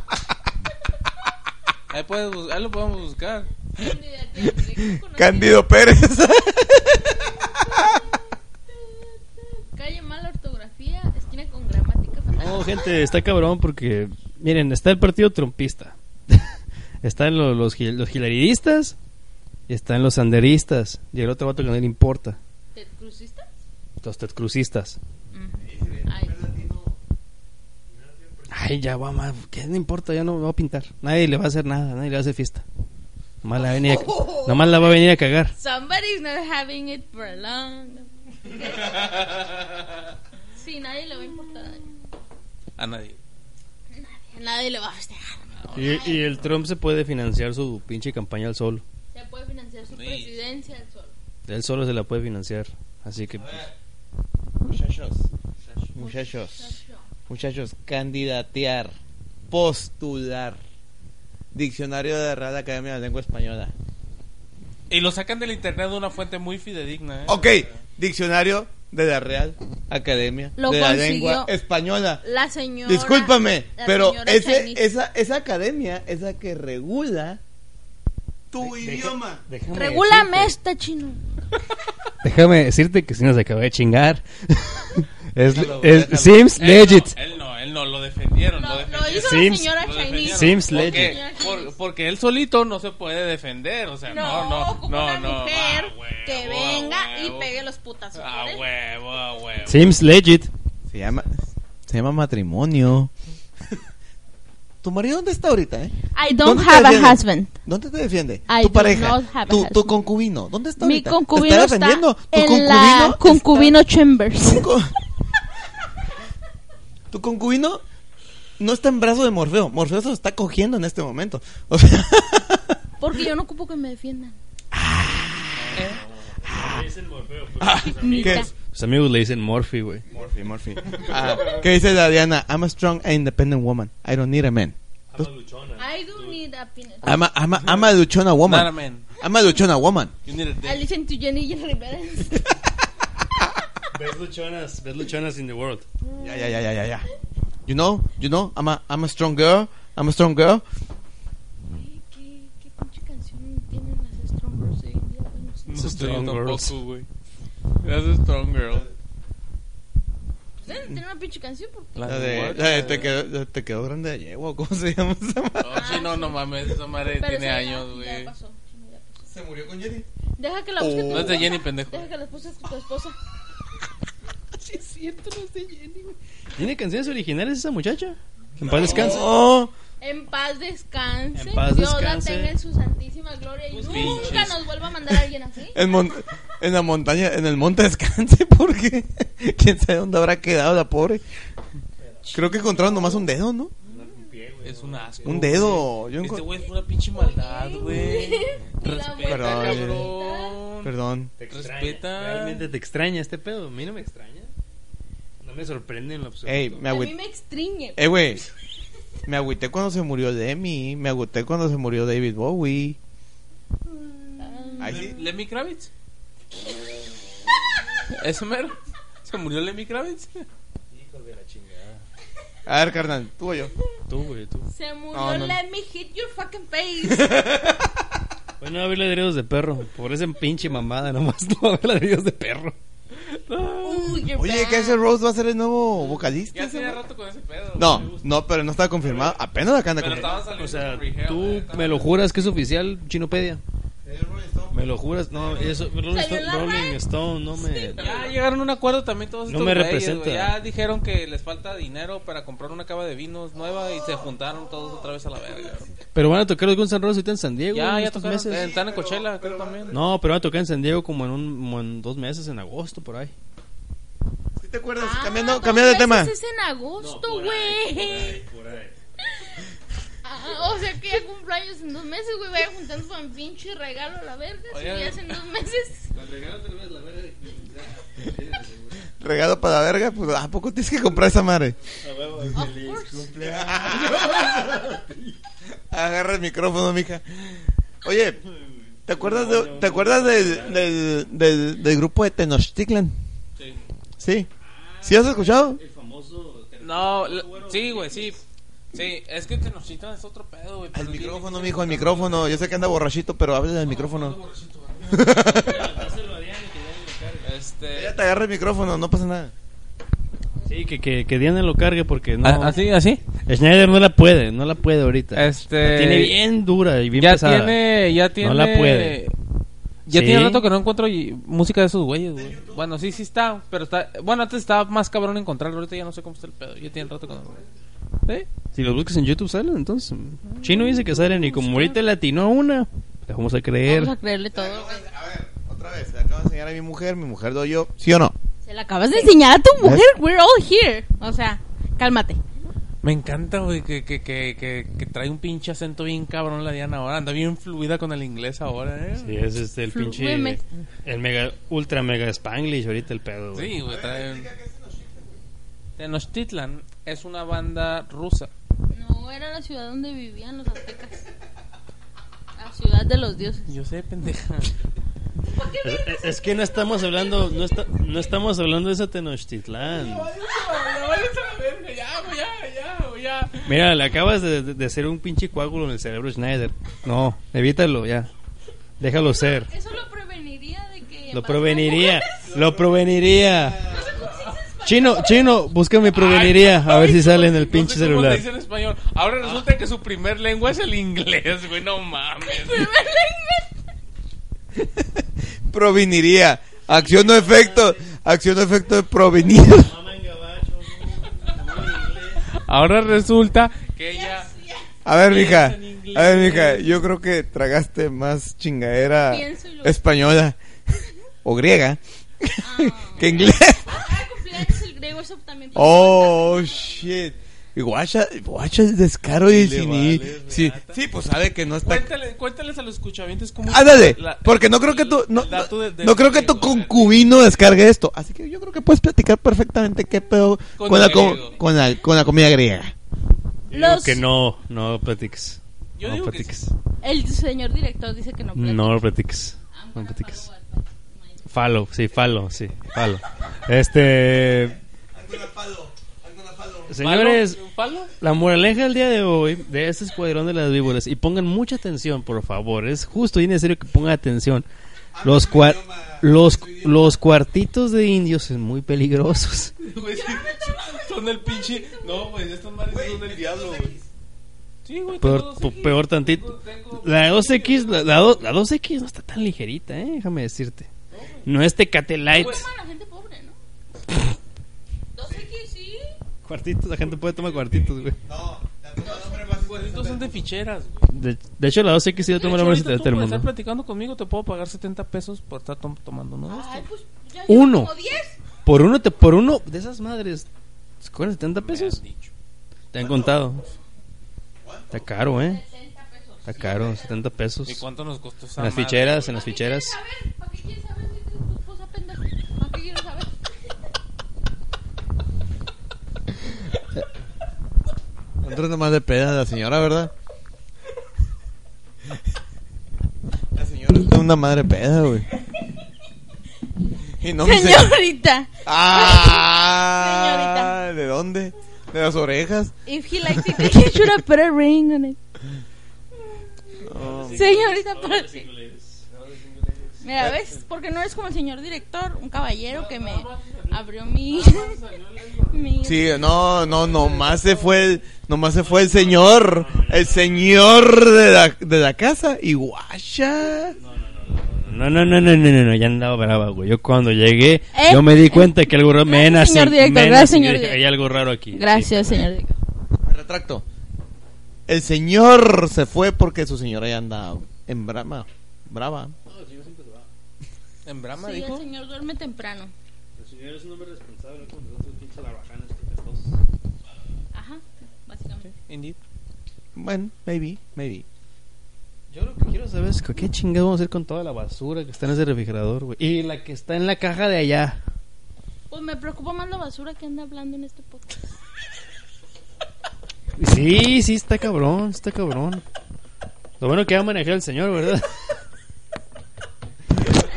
Ahí, puedes bus- ahí lo podemos buscar. candidatearon. Candido Pérez. Calle mala ortografía, esquina con gramática fatal. Oh, No, gente, está cabrón porque, miren, está el partido trumpista. Están lo- los, gil- los, hilaridistas y están los sanderistas. Y el otro vato que no le importa, ¿Te cruciste? los tetcrucistas. Ay, Ay, ya va más, ¿qué le importa? Ya no va a pintar. Nadie le va a hacer nada, nadie le va a hacer fiesta. Nomás la, va a venir a- nomás la va a venir a cagar. somebody's not having it for long. Sí, nadie le va a importar. a nadie. A nadie. Nadie le va a festejar. Y, y el Trump se puede financiar su pinche campaña al solo. Se puede financiar su Sí. presidencia al solo. Él solo se la puede financiar. Así que, pues, Muchachos. Muchachos. Muchachos, candidatear, postular. Diccionario de la Real Academia de la Lengua Española. Y lo sacan del internet de una fuente muy fidedigna, ¿eh? Ok, diccionario de la Real Academia Lo de la consiguió. Lengua Española. La señora. Discúlpame, la pero señora ese, Chinese. esa, esa academia es la que regula tu idioma. Regúlame esta chino. Déjame decirte que si nos acabé de chingar. es, Déjalo, es- déjalo. seems Él legit. No, él no, él no, lo defendieron. Lo, Lo, lo defendieron. hizo Sims. la señora Lo Chinese. defendieron. Sims ¿Por legit. qué? Por- porque él solito no se puede defender, o sea, no, no, no, como una no. mujer Ah, huevo, que ah, venga y huevo. pegue los putazos. Ah, por él. huevo, ah, huevo. Seems legit. Se llama, se llama matrimonio. ¿Tu marido dónde está ahorita, eh? I don't ¿Dónde te have defiende? a husband. ¿Dónde te defiende? I tu do pareja, not have a tu, tu husband. concubino, ¿dónde está Mi ahorita? concubino ¿Te está, está defendiendo? ¿Tu en la concubino concubino chambers. está- tu co- Tu concubino no está en brazo de Morfeo, Morfeo se lo está cogiendo en este momento. O sea, Porque yo no ocupo que me defiendan. Ah. ¿Eh? Le dicen Morfeo, pues, porque sus amigos- Ah. ¿qué? Sus amigos le dicen Morphy, güey. Morphy, Morphy. Ah, ¿Qué dice la Diana? I'm a strong and independent woman. I don't need a man. ama luchona. I do need a peanut. I'm a, I'm a- I'm a luchona woman. Not a man. I'm a luchona woman. You need a dick. I listen to Jenny Jenny Rivera. Best luchonas, best luchonas in the world. Ya, ya, ya, ya, ya, ya. You know, you know, I'm a, I'm a strong girl. I'm a strong girl. Güey, ¿Qué, qué pinche canción tienen las Strong Girls hoy en día? güey? No sé. No, It's a yo strong tampoco, güey. That's a strong girl. Pues, Ustedes tienen Pues, una pinche canción porque La La de, de- la de te, quedó, la- te quedó grande de yegua, ¿cómo se llama esa madre? No, chino, Oh, no mames, esa madre Pero esa tiene ya- años, ya güey. pasó, ya pasó. Se murió con Jenny. Deja que la busque tu No es de esposa. Jenny, pendejo. Deja que la busques tu esposa. Sí, es cierto, no sé, Jenny, güey. ¿Tiene canciones originales esa muchacha? En paz descanse. No. En paz descanse. En paz Dios descanse. la tenga en su santísima gloria y Pues nunca pinches. nos vuelva a mandar a alguien así. En, mon- en la montaña, en el monte descanse, porque quién sabe dónde habrá quedado la pobre. Creo que encontraron nomás un dedo, ¿no? Es un asco. Un güey. dedo. Yo Este enco- güey es una pinche maldad, güey. La Respeta, Perdón, cabrón. Perdón. Te extraña. Respeta. Realmente te extraña este pedo. A mí no me extraña. No me sorprende en lo absoluto. Ey, me A mí agüité. me extriñe. Eh, güey. Me agüité cuando se murió Demi. Me agüité cuando se murió David Bowie. Ay, Lem- sí. Lemmy Kravitz. ¿Ese mero? ¿Se murió Lemmy Kravitz? A ver, carnal, tú o yo. Tú, güey, tú. Se murió, No, no. let me hit your fucking face. Bueno, a ver ladridos de perro. Por esa pinche mamada, nomás no va a haber ladridos de perro. Uy, you're Oye, back. ¿qué ese Rose va a ser el nuevo vocalista? Ya ese tenía güey? rato con ese pedo. güey. No, no, pero no estaba confirmado. Apenas acá anda Pero confirmado. estaba saliendo O sea, con Rigel, güey, tú estaba- me lo juras que es oficial, Chinopedia. Me lo juras, no, eso, Rolling Salió Stone, la Rolling red. Stone, no me. Ya llegaron a un acuerdo también todos No estos me güeyes, representa. güey. Ya dijeron que les falta dinero para comprar una cava de vinos nueva y se juntaron todos otra vez a la verga. güey. Pero van a tocar los Guns N' Roses ahorita en San Diego. Ya, en ya estos tocaron. meses. eh, Están en Coachella, creo también. No, pero van a tocar en San Diego como en, un, como en dos meses, en agosto, por ahí. ¿Sí te acuerdas? Ah, cambiando dos cambiando de tema. veces Es en agosto, güey. Ah, o sea que ya cumpleaños en dos meses, güey. Vaya juntando para un pinche regalo a la verga. Si Oye. ya es en dos meses. Regalo para la verga, pues ¿a poco tienes que comprar esa madre? Of course. Agarra el micrófono, mija. Oye, ¿te acuerdas, de- ¿te acuerdas del, del, del- del grupo de Tenochtitlan? Sí. Sí. ¿Sí has escuchado? No, la- sí, güey, sí. Sí, es que Tenochtitlan es otro pedo, güey. Al pero sí- micrófono, mijo, al micrófono. Yo sé que anda borrachito, pero háblale al micrófono. Este. Ya te agarra el micrófono, no pasa nada. Sí, que, que, que Diana lo cargue porque no. Ah, ¿Así, así? Schneider no la puede, no la puede ahorita. Este- La tiene bien dura y bien Ya pesada. tiene, ya tiene. No la puede. Ya Sí. tiene rato que no encuentro y- música de esos güeyes, güey. Bueno, sí, sí está, pero está. Bueno, antes estaba más cabrón encontrarlo, ahorita ya no sé cómo está el pedo. Ya tiene rato que no. ¿Sí? Si los buscas en YouTube salen, entonces. Chino dice que salen y como ahorita latinó una, la vamos a creer. Vamos a creerle todo. güey. A ver, otra vez, le acabo de enseñar a mi mujer, mi mujer doy yo. ¿Sí o no? Se la acabas de enseñar a tu mujer. We're all here. O sea, cálmate. Me encanta, güey, que, que, que, que, que trae un pinche acento bien cabrón la Diana ahora. Anda bien fluida con el inglés ahora, ¿eh? Sí, es este el Flu- pinche. Meme. El mega, ultra mega Spanglish ahorita el pedo. güey. Sí, güey, trae. Tenochtitlan es una banda rusa. No, era la ciudad donde vivían los aztecas. La ciudad de los dioses. Yo sé, pendeja. Es, es- es que no estamos hablando, no, está- no estamos hablando de esa Tenochtitlán. Ya, güey, ya, ya, güey, ya. Mira, le acabas de, de- de hacer un pinche coágulo en el cerebro Schneider. No, evítalo ya. Déjalo ser. Eso lo preveniría de que. Lo proveniría, lo proveniría. No sé cómo se dice eso. Chino, chino, busca mi preveniría a ver si sale en el No pinche sé cómo celular. se dice en español. Ahora resulta que su primer lengua es el inglés, güey. No mames. Proveniría. Acción o efecto. Acción o efecto de provenir. Ahora resulta que ella. A ver, mija. Piensa en inglés. A ver, mija. Yo creo que tragaste más chingadera Pienso y lo- española o griega Ah. que inglés. Ah, cumpleaños el griego, eso también. Oh, shit. Y guacha, guacha el descaro y el Le ciní. vale, Sí, sí, pues sabe que no está... Cuéntale, cuéntales a los escuchavientes cómo. Ándale, la- porque no creo que tú no, el dato de- de- no creo que tu concubino descargue esto, así que yo creo que puedes platicar perfectamente qué pedo Con con la, el co- griego. con la con la comida griega. Digo Los- que no, no platiques. Yo no digo que platiques. sí. El señor director dice que no platica. No platiques. I'm No gonna platiques. follow up. Falo, sí, falo, sí, falo. Este, señores, ¿Palo? ¿Palo? La moraleja del día de hoy de este escuadrón de las víboras, y pongan mucha atención, por favor, es justo y necesario que pongan atención. Los, cua- los, los cuartitos de indios son muy peligrosos. Güey, sí, son el pinche. No, güey, estos mares son del diablo, güey. Sí, güey, tengo Peor, dos po- hijos. peor tantito. La 2X, la, la do- la 2X no está tan ligerita, eh, déjame decirte. No es Tecate Light. Es para la gente pobre, ¿no? 2X, sí. Cuartitos, la gente puede tomar cuartitos, güey. Los cuadritos son de ficheras, güey. De, de hecho, la 2X sí la toma la De más hecho, ahorita tú del por estar mundo. platicando conmigo te puedo pagar 70 pesos por estar tom- tomando uno de Ay, estos. pues ya llevo Uno. como 10. Por uno, te, por uno de esas madres, ¿se acuerdan? 70 pesos? Me han dicho. Te han contado. Está caro, ¿eh? Está caro, 70 pesos. ¿Y En cuánto nos costó esa las madre? ficheras, en las ficheras. ¿Para qué quieres saber si tu tu esposa pendejo? ¿Para qué quieres saber? Entra nomás de peda la señora, ¿verdad? La señora es una madre peda, güey. Y no me sé- Señorita, Ah, ¿de dónde? De las orejas. if he likes it, he should have put a ring on it. Señorita, ¿por qué? Mira, ¿ves? Porque no eres como el señor director, un caballero que me abrió mi... mi Sí, no, no, nomás se fue el, nomás se fue el señor, el señor de la, de la casa y guacha. No, no, no, no, no, no, no, ya andaba brava, güey. Yo cuando llegué, Eh, yo me di cuenta que algo raro. Me nací, gracias, señor director, me gracias, nací, yo señor dije, director. Hay algo raro aquí. Gracias, señor director. Me retracto. El señor se fue porque su señora ya anda en brama, brava. ¿En Brahma Sí, el dijo? señor duerme temprano. El señor es un hombre responsable con sus pinches barbajanes petejosos. Ajá, básicamente. Indeed. Bueno, maybe, maybe. Yo lo que quiero saber es qué chingado vamos a hacer con toda la basura que está en ese refrigerador, güey. Y la que está en la caja de allá. Pues me preocupa más la basura que anda hablando en este podcast. Sí, sí, está cabrón, está cabrón. Lo bueno que va a manejar el señor, ¿verdad?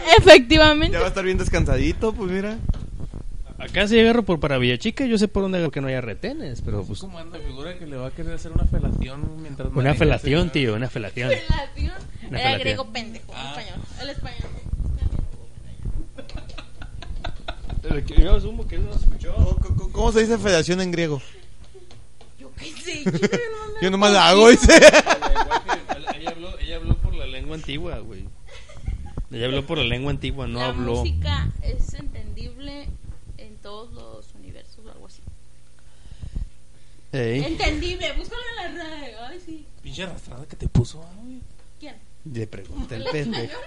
Ya Efectivamente. va a estar bien descansadito, pues mira. Acá si agarro por para Villachica, yo sé por dónde que no haya retenes, pero pues... ¿Cómo anda? Figura que le va a querer hacer una felación mientras Una maneja, felación, señor. tío, una felación. Relación. Una Era felación. griego pendejo, el Ah. español. El español. Yo asumo que él no ¿Cómo, cómo- cómo se dice federación en griego? Yo qué sé, yo nomás me Yo nomás la hago, dice. ella, habló, ella habló por la lengua antigua, güey. Ella habló por la lengua antigua, no la habló. música es entendible en todos los universos o algo así. Ey, Entendible, búscalo en la red. Ay, sí. Pinche arrastrada que te puso. ah, güey. ¿Quién? le pregunta el pendejo.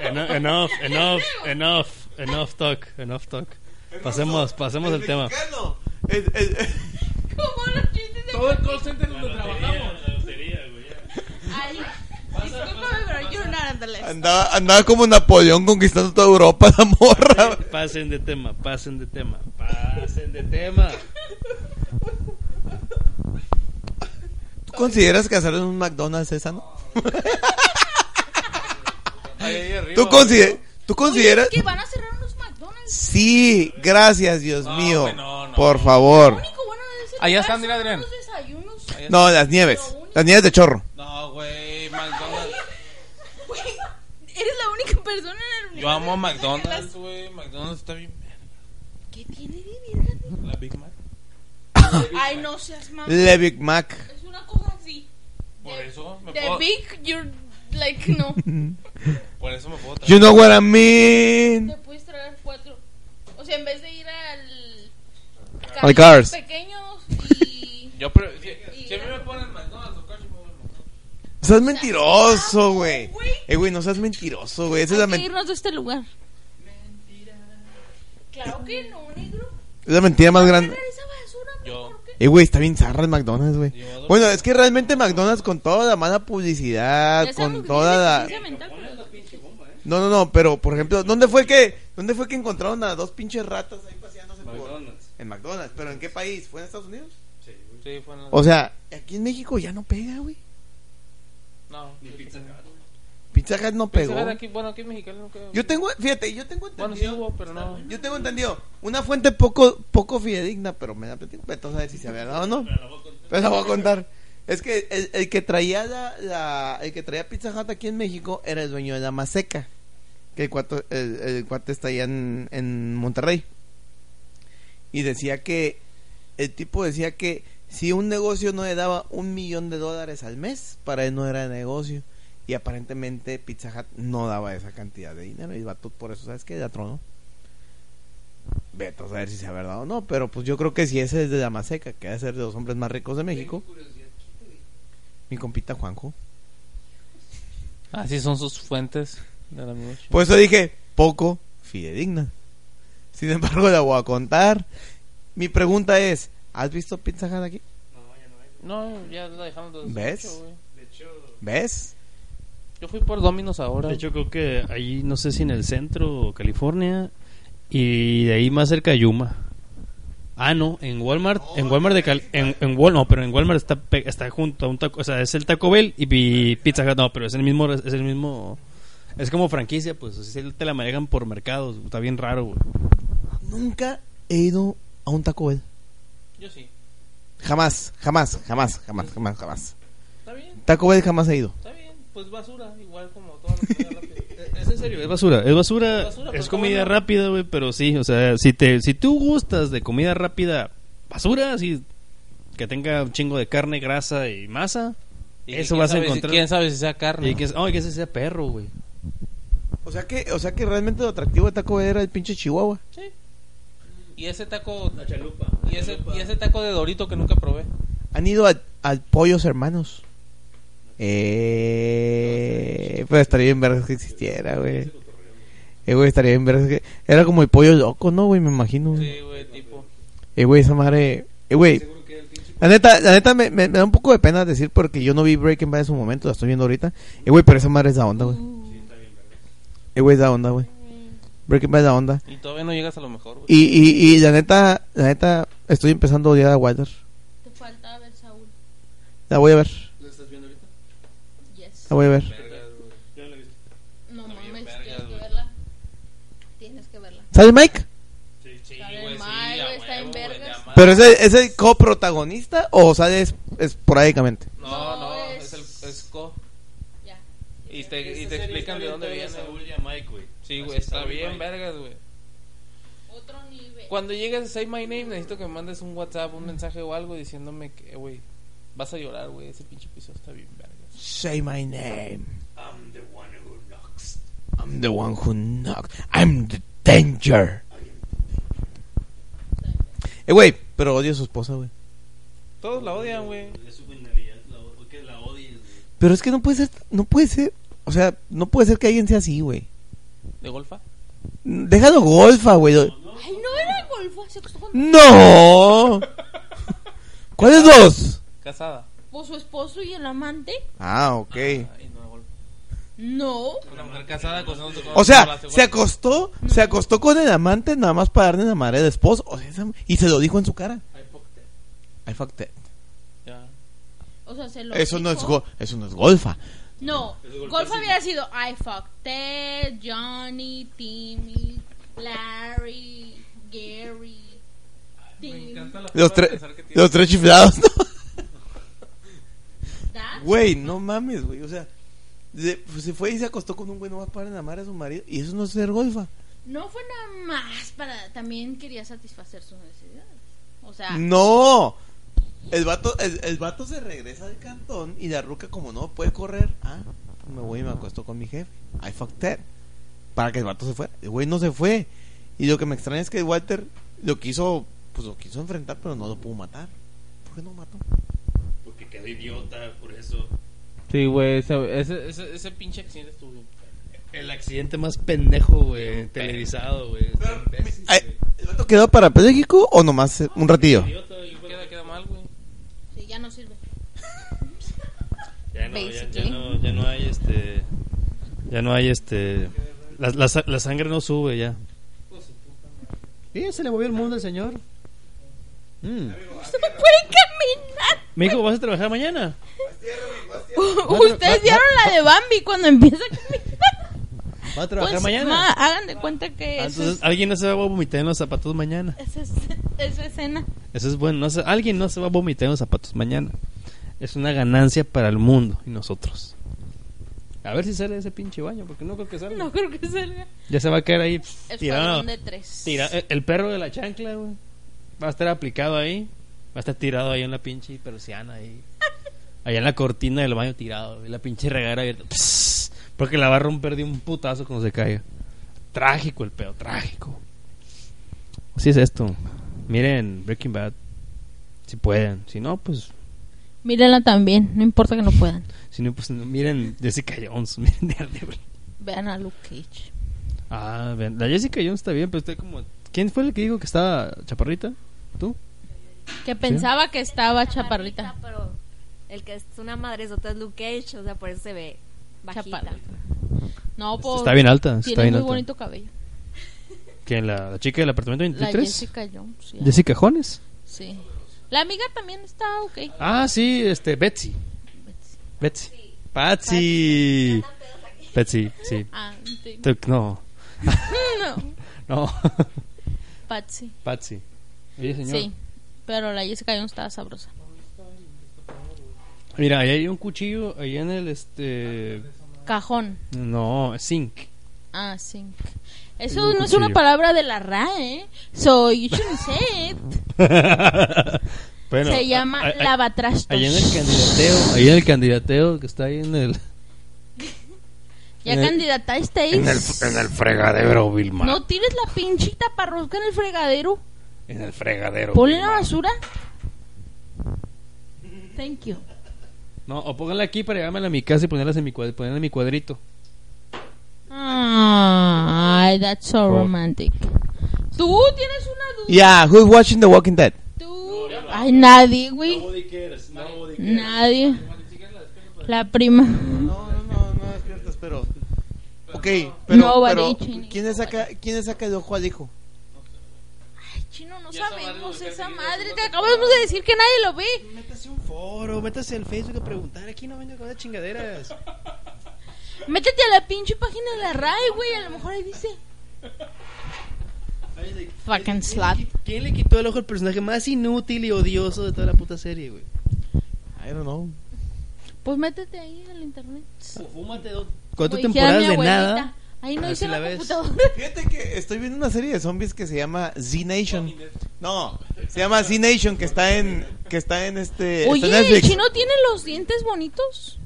Eno- Enough, enough, enough, enough talk, enough talk. Pasemos, pasemos el tema. mexicano. El- el- ¿Cómo los chistes de Todo el call center donde Lotería, trabajamos. la lotería, güey. ya. Ay, discúlpame, pero you're not on the list. andaba, andaba como Napoleón conquistando toda Europa, la Ah. morra. Pasen de tema, pasen de tema, pasen de tema. ¿Tú consideras que hacer en un McDonald's esa, no? Ahí, ahí arriba, ¿Tú, consider- ¿tú consideras? Que van a cerrar unos McDonald's. Sí, gracias, Dios Ah, No, mío. güey, no, no. Por favor. Lo único bueno de ese Allá lugar están, mira, son Adrián. los desayunos. Ahí está. No, las nieves. Las nieves de chorro. No, güey, McDonald's. Güey, eres la única persona en el Yo amo a universo que McDonald's, güey. McDonald's está bien. ¿Qué tiene de verga? La Big Mac. Eh. Ay, no seas más. Le Big Mac. Es una cosa así. Por eso me De puedo. big, you're like, no. Por eso me puedo traer. You know what I mean. Te puedes traer cuatro. O sea, en vez de ir al. Al Cars. Pequeños y. Yo, pero. Si, si a mí me ponen McDonald's o Cachimbo, Seas mentiroso, güey. Ah, güey. Eh, güey, no seas mentiroso, güey. Esa es la, Hay que men- irnos de este lugar. Claro que no, negro. es la mentira más grande. Agarrar esa basura, Yo. ¿por qué? Eh, güey, está bien zarra el McDonald's, güey. Yo- Bueno, es que realmente McDonald's con toda la mala publicidad, Ya sabemos Ah, con que toda la... tienes deficiencia mental, pero- No, no, no, pero por ejemplo, ¿dónde fue que dónde fue que encontraron a dos pinches ratas ahí paseándose por- McDonald's. en McDonald's? ¿Pero en qué país? ¿Fue en Estados Unidos? Sí, güey. Sí, fue en la- O sea, aquí en México ya no pega, güey. No. Ni pizza Hut, güey. Pizza Hut no pegó. Pensé ver Aquí, bueno, aquí en Mexicali nunca. Yo tengo, fíjate, yo tengo Bueno, sí entendido, hubo, pero no. yo tengo entendido una fuente poco poco fidedigna, pero me da platico, vete a saber si sea verdad o no. Pero la voy a contar. Pero la voy a contar. Es que el, el que traía la, la- el que traía Pizza Hut aquí en México era el dueño de la Maseca. Que el cuate, el, el cuate está allá en, en Monterrey. Y decía que el tipo decía que si un negocio no le daba un millón de dólares al mes, para él no era negocio. Y aparentemente Pizza Hut no daba esa cantidad de dinero. Y el vato por eso, ¿sabes qué? La trono. Vete a saber si sea verdad o no. Pero pues yo creo que si ese es de la Maseca, que debe ser de los hombres más ricos de México. Mi compita Juanjo. Así son sus fuentes de la misma Por eso dije, poco fidedigna. Sin embargo, la voy a contar. Mi pregunta es, ¿has visto Pizza Hut aquí? No, ya no hay. No, ya la dejaron de ¿Ves? De hecho, ¿Ves? Yo fui por Dominos ahora. De hecho, creo que ahí, no sé si en el centro o California, y de ahí más cerca de Yuma. Ah, no, en Walmart, en Walmart de Cal en, en Wal- no, pero en Walmart está, pe- está junto a un taco, o sea, es el Taco Bell y pi- Pizza Hut, no, pero es el mismo, es el mismo, es como franquicia, pues, así te la manejan por mercados, está bien raro, güey. Nunca he ido a un Taco Bell. Yo sí. Jamás, jamás, jamás, jamás, jamás, jamás. Está bien, Taco Bell jamás he ido. está bien. Pues basura, igual como todo lo que llega rápido. Es en serio, es basura, es basura, Es es, basura, pero está comida bueno. rápida, güey, pero sí, o sea, si te si tú gustas de comida rápida, basura, así que tenga un chingo de carne, grasa y masa, eso quién vas a sabe si- encontrar. ¿Quién sabe si sea carne? y que ay, que ese sea perro, güey. O sea que, o sea que realmente lo atractivo de Taco Bell era el pinche Chihuahua. Sí. Y ese taco. la chalupa. Y ese, y ese taco de Dorito que nunca probé. Han ido al, al Pollos Hermanos. Eh, pero estaría bien ver que existiera, güey. Eh, güey, estaría bien ver que... Era como el pollo loco, ¿no, güey? Me imagino. Sí, güey, tipo. Eh, güey, esa madre... Eh, güey. La neta, la neta me, me- me da un poco de pena decir porque yo no vi Breaking Bad en su momento, la estoy viendo ahorita. Eh, güey, pero esa madre es la onda, güey. Eh, güey, es la onda, güey. Breaking Bad es la onda. Y todavía no llegas a lo mejor, güey. Y, y, y la neta, la neta, estoy empezando a odiar a Wilder. Te falta ver Saúl. La voy a ver, ¿Lo estás viendo ahorita? Yes. la voy a ver. Yo no la he visto. No mames, bien vergas, tienes que güey. verla. Tienes que verla. ¿Sale Mike? Sí, sí. Está güey, bien sí, mal, a güey, está huevo, en güey, vergas. llamada. ¿Pero es el, es el coprotagonista o sale es, esporádicamente? No, no, No, es, es- el es co. Ya. Y te, y te explican de dónde viene. güey. Saúl y a Mike, güey. Sí, güey, Así está Saúl y bien, Mike. vergas, güey. Otro nivel. Cuando llegues a Say My Name, necesito que me mandes un WhatsApp, un mensaje o algo diciéndome que, eh, güey, vas a llorar, güey. Ese pinche piso está bien, vergas. Say my name. I'm the one who knocks. I'm the one who knocks. I'm the danger. Eh, güey, pero odio a su esposa, güey. Todos la odian, güey. Es su finalidad, la o- que la odies, güey. Pero es que no puede ser, no puede ser, o sea, no puede ser que alguien sea así, güey. ¿De golfa? Déjalo golfa, güey. Ay, no era golfo, se acostó Mm. con No. ¿Cuáles dos? Casada. pues, su esposo y el amante. Ah, ok. Ay, no, de golfa. No. Una mujer casada acostándose con O sea, con- se acostó, se acostó con el amante nada más para darle la madre de esposo. O sea, esa- y se lo dijo en su cara. Ay, fuck that. I fucked it. Ya. O sea, se lo Eso no es dijo. go- eso no es golfa. No, Eso es golf golpear, había sido I fucked Ted, Johnny, Timmy, Larry, Gary, Me Tim, encanta la forma Los de tres pensar que tiene. los tres chiflados. ¿no? that. Güey, no mames, pues, güey, o sea, se, se fue y se acostó con un güey nomás para enamorar a su marido y eso no es ser golfa. No fue nada más para. También quería satisfacer sus necesidades. O sea, Mm. No. El vato, el, el vato se regresa del cantón y la ruca como no puede correr, ah, me voy y me acuesto con mi jefe. I fucked that. Para que el vato se fuera. El güey no se fue. Y lo que me extraña es que Walter lo quiso, pues lo quiso enfrentar, pero no lo pudo matar. ¿Por qué no lo mató? Porque quedó idiota, por eso. Sí, güey, ese, ese, ese, ese pinche accidente estuvo bien. El accidente más pendejo, güey. Televisado, güey. Ay, ¿El vato quedó parapléjico o nomás eh, un ratillo? Idiota, y fue- Queda, queda mal, güey. sí, ya no sirve. Ya no, ya, ya Basically. no. No, ya no hay este. Ya no hay este. La, la sa- la sangre no sube ya. Y se le movió el mundo al señor. Mm. ¡Usted no puede Me dijo, ¿vas a trabajar mañana? caminar! Ustedes vieron la de Bambi cuando empieza a caminar. ¿Vas a trabajar Pues, mañana? ma, hagan de cuenta que Ah, eso Entonces, alguien no se va a vomitar en los zapatos mañana. es, esa es- esa escena. Eso es bueno. no se- alguien no se va a vomitar en los zapatos mañana. Es una ganancia para el mundo y nosotros. A ver si sale de ese pinche baño, porque no creo que salga. No creo que salga. Ya se va a caer ahí. pues, Tirado. Escuadrón de tres. Tira, eh, el- el perro de la chancla, güey. Va a estar aplicado ahí. Va a estar tirado ahí en la pinche persiana ahí. Allá en la cortina del baño tirado, güey. La pinche regadera abierta. Pss, porque la va a romper de un putazo cuando se caiga. Trágico el pedo, trágico. Así es esto. Miren Breaking Bad. Si pueden. Si no, pues... Mírenla también, no importa que no puedan. Si no, pues no. miren Jessica Jones. Miren Daredevil. Vean a Luke Cage. Ah, vean. La Jessica Jones está bien, pero está como... ¿Quién fue el que dijo que estaba chaparrita? ¿Tú? Que pensaba que estaba chaparrita. Pero el que es una madresota es Luke Cage, o sea, por eso se ve bajita. Chaparrita. No, pues. Está bien alta. Tiene Está bien muy alta. bonito cabello. ¿Quién? La, la chica del apartamento La 23? Jessica Jones. ya. Jessica Jones. Sí. La amiga también está ok. Ah, sí, este, Betsy. Betsy. Betsy. Patsy. Betsy, sí. Ah, sí. Tú- No, no. no. Patsy. Patsy. Oye, señor. Sí. Pero la Jessica Jones estaba sabrosa. Mira, ahí hay un cuchillo, ahí en el, este... Cajón. No, zinc. Ah, sí. Eso Luego no es una cuchillo. palabra de la RAE. ¿eh? So you shouldn't say it. bueno, Se llama a- a- lavatrastos. Ahí en el candidateo, ahí en el candidateo que está ahí en el... Ya en el- candidatasteis. fregadero, Vilma. No tires la pinchita parrosca en el fregadero. En el fregadero. Ponle en la basura. Thank you. No, o pónganla aquí para llevármela a mi casa y ponerlas en mi, cuad- ponerla en mi cuadrito. Ay, that's so romantic. Tú tienes una duda. Yeah, who's watching The Walking Dead? Tú. Ay, nadie, güey. Nadie. La prima. No, no, no, no despiertas, pero. Ok, No, pero. vale, pero chini. ¿quién, le saca, ¿Quién le saca el ojo al hijo? Ay, chino, no sabemos esa madre. Te acabamos de decir que nadie lo ve. Métase un foro, métase al Facebook a preguntar. Aquí no vengo con esas chingaderas. Métete a la pinche página de la RAE, güey. A lo mejor ahí dice. Fucking slut. ¿Quién le quitó el ojo al personaje más inútil y odioso de toda la puta serie, güey? I don't know. Pues métete ahí al internet. Fúmate dos. Cuatro Como dijera temporadas mi de abuelita, nada. Ahí A no Ah, ver hice si la, la ves. computadora. Fíjate que estoy viendo una serie de zombies que se llama Z Nation. No, se llama Z Nation que está en que está en este está en Oye, ¿el Netflix. chino tiene los dientes bonitos?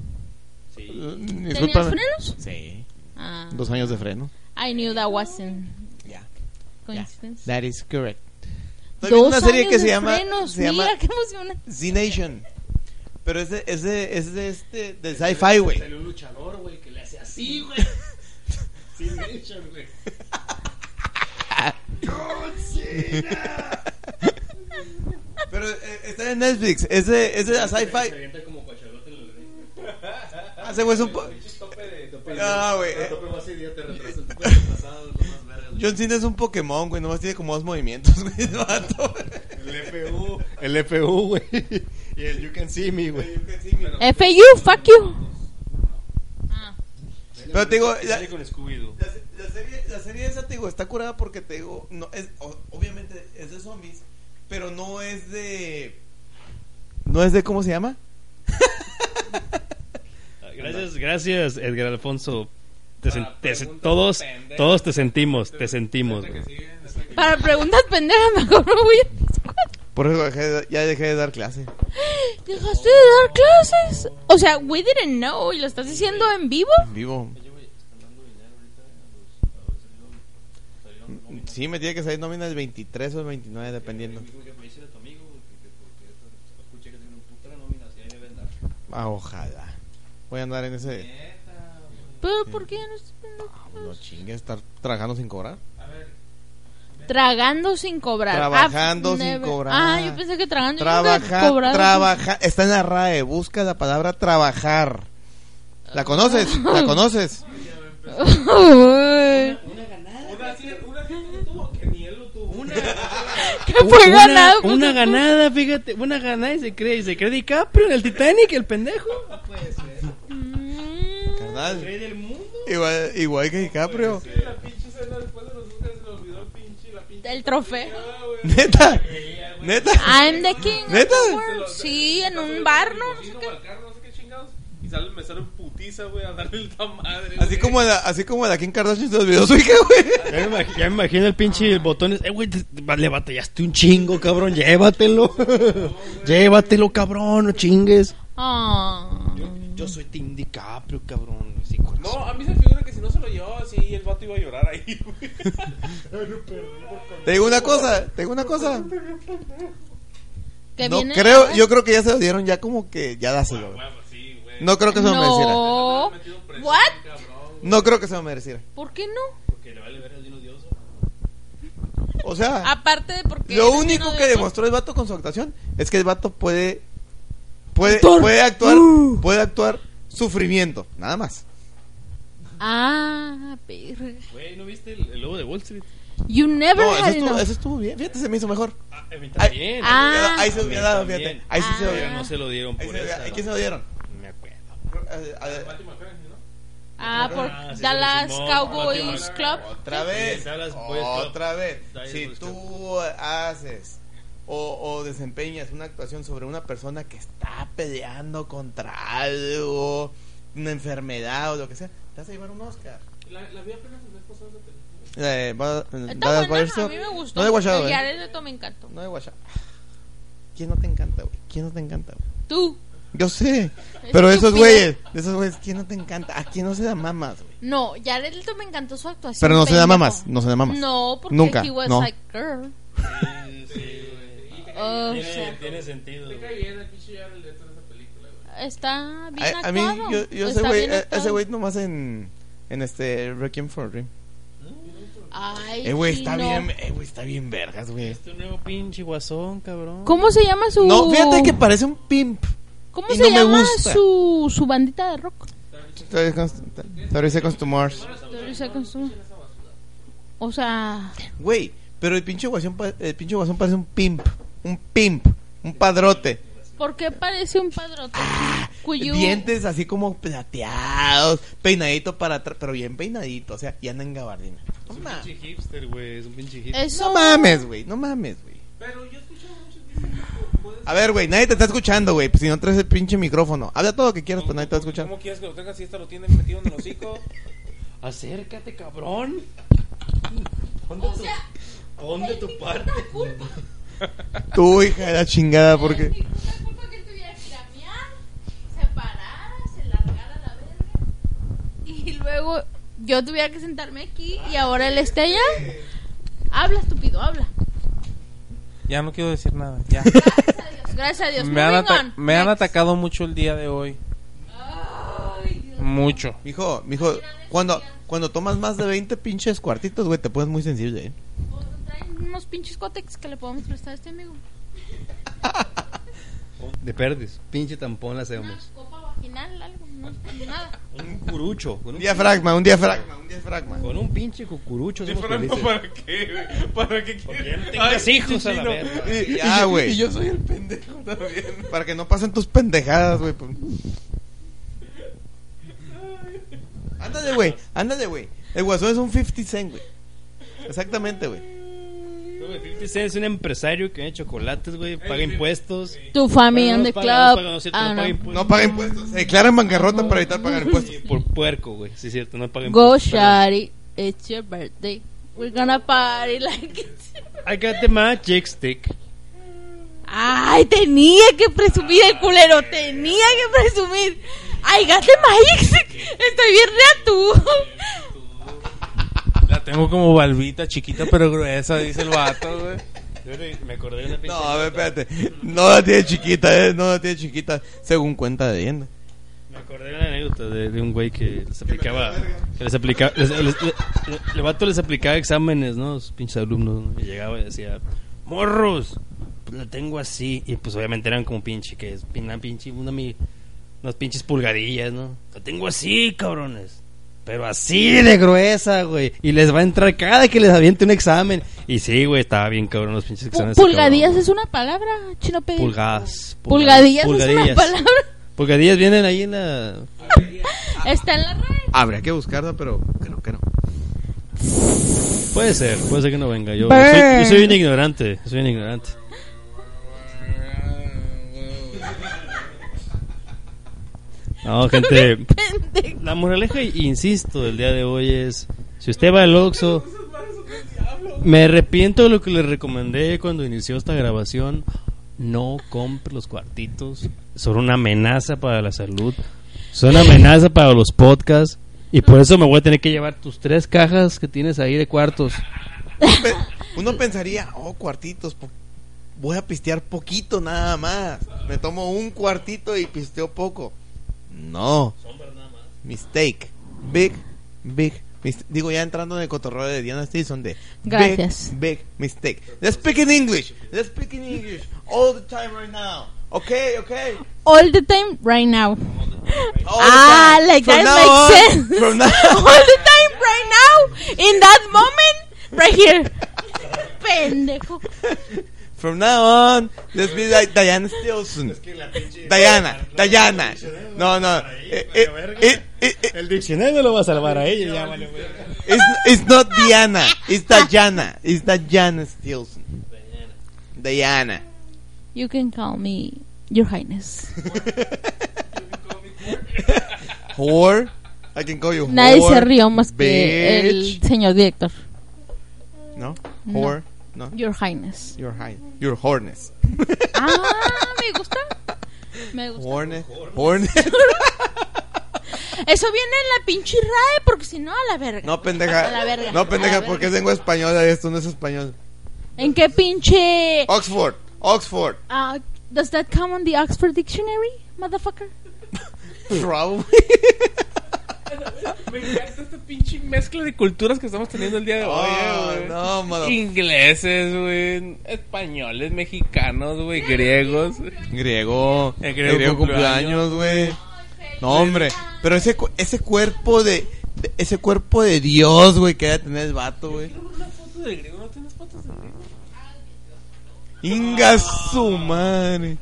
Mm, ¿Tenías discúlpame. frenos? Sí, Ah, dos años de freno. I knew that wasn't Ya. coincidence. That is correct. Estoy viendo Dos una serie años que de se llama frenos, se llama Mira, qué emocionante. Z Nation. Pero es de, es de, es de este del sci-fi, güey. Salió un luchador, güey, que le hace así, güey. Sin Nation, güey. Pero eh, está en Netflix, es de, es de la Se sci-fi. avienta como cuachalote en el ring. Hace güey es un po- Tope de. Tope de. Ah, güey. El tope más idiota, retrasa el tope retrasado, lo más verga. güey. John Cena es un Pokémon, güey, nomás tiene como dos movimientos, güey, el vato. El FU, el FU, güey. Y el You Can See Me, güey. Eh, FU, fuck you. Ah, Pero te digo, la- Sale con Scooby-Doo. La, se- la serie, la serie esa, te digo, está curada porque te digo, no, es, o- obviamente es de zombies, pero no es de... ¿No es de cómo se llama? Gracias, gracias, Edgar Alfonso te sen- Para te sen- preguntas todos, pendejas. todos te sentimos, te sentimos. Esta que güey. sigue, esta que- Para preguntas pendejas, mejor me voy a la escuela. Por eso dejé de- ya dejé de dar clase. ¿Dejaste de dar clases? O sea, we didn't know. ¿Y lo estás diciendo en vivo? En vivo. ¿eh? Mm, Sí, me tiene que salir nómina el 23 o el 29, dependiendo. Ah, ojalá. Voy a andar en ese... ¿Pero por qué no estás Ah, No chingue, estar trabajando sin cobrar. Tragando sin cobrar. Trabajando Ah, sin never. cobrar. Ah, yo pensé que tragando. Trabajar, Yo creo que cobrado. trabajar. Está en la RAE, busca la palabra trabajar. ¿La conoces? ¿La conoces? Uy, Una sí- una sí no tuvo, que ni él lo tuvo. ¿Qué fue Una- ganado? Una, ganada, fíjate, una ganada y se cree, y se cree DiCaprio en el Titanic, el pendejo. Mm, Carnal, del mundo. Igual, igual que DiCaprio. La pinche cena después de los Oscars se le olvidó el pinche, la pinche. ah, El trofeo. Neta. Neta. I'm the king. of ¿Neta? the world. Sí, en un bar, ¿no? No sé Vino qué. al carro, no sé qué chingados. Y sale, me sale putiza, güey, a darle la madre. Así güey. como la, así como la Kim Kardashian se olvidó su hija, güey. Ya me, imag- ya me imagino el pinche botón. Eh, güey, te- te- le batallaste un chingo, cabrón. Llévatelo. Llévatelo, cabrón, no chingues. Ah. Yo soy Tim DiCaprio, cabrón. sí, corazón. No, a mí se me figura que si no se lo llevaba así, el vato iba a llorar ahí, güey. Te digo una cosa, te digo una cosa. Que No viene- creo, yo creo que ya se lo dieron ya como que ya dáselo. güey. No creo que se lo mereciera. No. What? No creo que se lo mereciera. ¿Por qué no? O Ah. sea, Aparte de porque lo eres único lleno que de- demostró el vato con su actuación es que el vato puede puede Actor. puede actuar, Uh. puede actuar sufrimiento, nada más. Ah, perra. Güey, ¿no viste el, el lobo de Wall Street? You never No, eso had estuvo, enough. eso estuvo bien. Fíjate, se me hizo mejor. Ah, a mí Ahí, también. Ah. ahí se lo dieron, También. fíjate. Ahí sí se lo Ah. Pero dieron. no se lo dieron Ahí se por lo dieron. eso. ¿A quién se lo dieron? No me acuerdo. A- a- Ah, por Ah, sí, sí, Dallas Simón, Cowboys Baltimore. Club. Otra vez, Sí, Dallas Boys Club. otra vez. Dallas Si Boys tú haces o, o desempeñas una actuación sobre una persona que está peleando contra algo, una enfermedad o lo que sea, te vas a llevar un Oscar. Eh, va- Está buena, Dallas Boys Club. a mí me gustó. No de Guachado, El eh. Jared Leto me encantó. No de Guachado. ¿Quién no te encanta, güey? ¿Quién no te encanta, güey? Tú. Yo sé, pero de esos Estúpido. güeyes, de esos güeyes, ¿quién no te encanta? ¿A quién no se da mamas, güey? No, Jared Leto me encantó su actuación. Pero no se da pendejo. mamas, no se da mamas. No, porque Nunca, he was no. like oh, girl. O sea, Tiene sentido. güey. está bien A, actuado. a mí, yo, yo ese Está güey, bien eh, actuado. ese güey nomás en, en este Requiem for a Dream. Ay, Eh, güey, sí, está no. bien, eh, güey, está bien vergas, güey. Este nuevo pinche guasón, cabrón. ¿Cómo se llama su No, fíjate que parece un pimp. ¿Cómo y se no me llama gusta. su su bandita de rock? Thirty Seconds- Thirty Seconds to Mars. Thirty Seconds to- O sea, Güey, pero el pinche guasón, pa- el pinche guasón parece un pimp, un pimp, un padrote. ¿por qué parece un padrote? Ah, Cuyo- Dientes así como plateados, peinadito para atrás, pero bien peinadito, o sea, y anda en gabardina. No mames. pinche hipster, güey. Es un pinche hipster. Eso No mames, güey, no mames, güey. A ver, güey, nadie te está escuchando, güey. pues si no traes el pinche micrófono. Habla todo lo que quieras, pero nadie te va a escuchar. ¿Cómo quieres que lo tengas si esta lo tienen metido en el hocico? Acércate, cabrón. Ponte tu, ponte tu parte. Tú, hija de la chingada, porque. Una culpa que él tuviera que ir a miar, se parara, se largara a la verga. y luego yo tuviera que sentarme aquí y ahora él está allá. Habla estúpido, habla. Ya no quiero decir nada, ya. Gracias a Dios. me han, Moving ata- on. me han Next. atacado mucho el día de hoy. Mucho. Mijo, mijo, cuando, cuando tomas más de 20 pinches cuartitos, güey, te pones muy sensible, ¿eh? Traen unos pinches cótex que le podemos prestar a este amigo. De perdes. Pinche tampón la Una hacemos. copa vaginal, algo, no, nada. Un curucho. Con Un un, diafragma, un diafragma, un diafragma. con un pinche cucurucho. Somos felices. ¿Para qué? güey? ¿Para qué quieres? Tengas hijos a la verga. Y- Ya, güey. yo soy el pendejo también. Para que no pasen tus pendejadas, güey. pues. Ándale, güey, ándale, güey. El guasón es un 50 cent, güey. Exactamente, güey. Es un empresario que vende chocolates, güey. Paga impuestos. Tu familia Bueno, no en the los paga, no los paga, club. no es cierto, no Ah, no. paga impuestos. No paga impuestos. Se declara en bancarrota para evitar pagar impuestos. Sí, por puerco, güey. Sí, es cierto, no paga Go, impuestos. perdón. Shari. It's your birthday. We're gonna party like it's your I got the magic stick. Ay, tenía que presumir el culero, tenía que presumir. Ay, gaste maíz, estoy bien rea tú. La tengo como balbita chiquita pero gruesa, dice el vato, güey. Me acordé de una No, a ver, espérate. No la tiene chiquita, eh. No la tiene chiquita, según cuenta de leyenda. Me acordé de una anécdota de, de un güey que les aplicaba. Que les aplicaba. les- les- le- le- el vato les aplicaba exámenes, ¿no? Sus pinches alumnos. ¿no? Y llegaba y decía: ¡Morros! Pues la tengo así. Y pues obviamente eran como pinche, que es una pinche. Una, mi, unas pinches pulgadillas, ¿no? La tengo así, cabrones. Pero así de gruesa, güey. Y les va a entrar cada que les aviente un examen. Y sí, güey, estaba bien cabrón los pinches exámenes. Pulgadillas cabrón. es una palabra, chino pedí. Pulgadas. Pulgadillas, es una palabra. Pulgadillas vienen ahí en la. Está en la red. Habría que buscarla, pero creo que no. Puede ser, puede ser que no venga. Yo, yo Burn. soy, yo soy un ignorante, soy un ignorante. No, gente, la moraleja, insisto, del día de hoy es, si usted va al Oxxo, me arrepiento de lo que le recomendé cuando inició esta grabación, no compre los cuartitos, son una amenaza para la salud, son una amenaza para los podcasts, y por eso me voy a tener que llevar tus tres cajas que tienes ahí de cuartos. Pe- Uno pensaría, oh, cuartitos, po- voy a pistear poquito nada más. Me tomo un cuartito y pisteo poco. No. Mistake. Big, big. mis- Digo, ya entrando en el cotorreo de Diana Stinson de... big, Gracias. Big, mistake. Let's speak in English. Let's speak in English. All the time right now. Okay, okay. All the time, right now. All the Ah, time. like From that now on. makes sense. From now All the time, right now, in that moment, right here. Pendejo. From now on, let's be like Diana Stilson. Diana, Diana. No, no. eh, eh, eh, eh, eh, El diccionario lo va a salvar a ella, ya It's, it's not Diana. It's Diana. It's Diana Stilson. Diana. You can call me Your Highness. Whore. I can call you whore. Nadie se rió más que bitch. el señor director. No. Whore. No. Your Highness. Your high. Your horness. Ah, me gusta. Me gusta. Horness. Horness. Eso viene en la pinche RAE, porque si no, a la verga. No, A la verga. pendeja. No, A pendeja, la porque es verga. lengua española y esto no es español. ¿En qué pinche. Oxford. Oxford. ah, does that come on the Oxford Dictionary, motherfucker? Probably. Me encanta esta pinche mezcla de culturas que estamos teniendo el día de hoy, Oh, eh, güey. no, mother- Ingleses, güey, españoles, mexicanos, güey, griegos. Griego. El griego cumpleaños. güey. No, hombre. Pero ese, cu- ese cuerpo de, de- Ese cuerpo de Dios, güey, que debe tener el vato, güey. ¿No tienes fotos de griego? Inga su madre.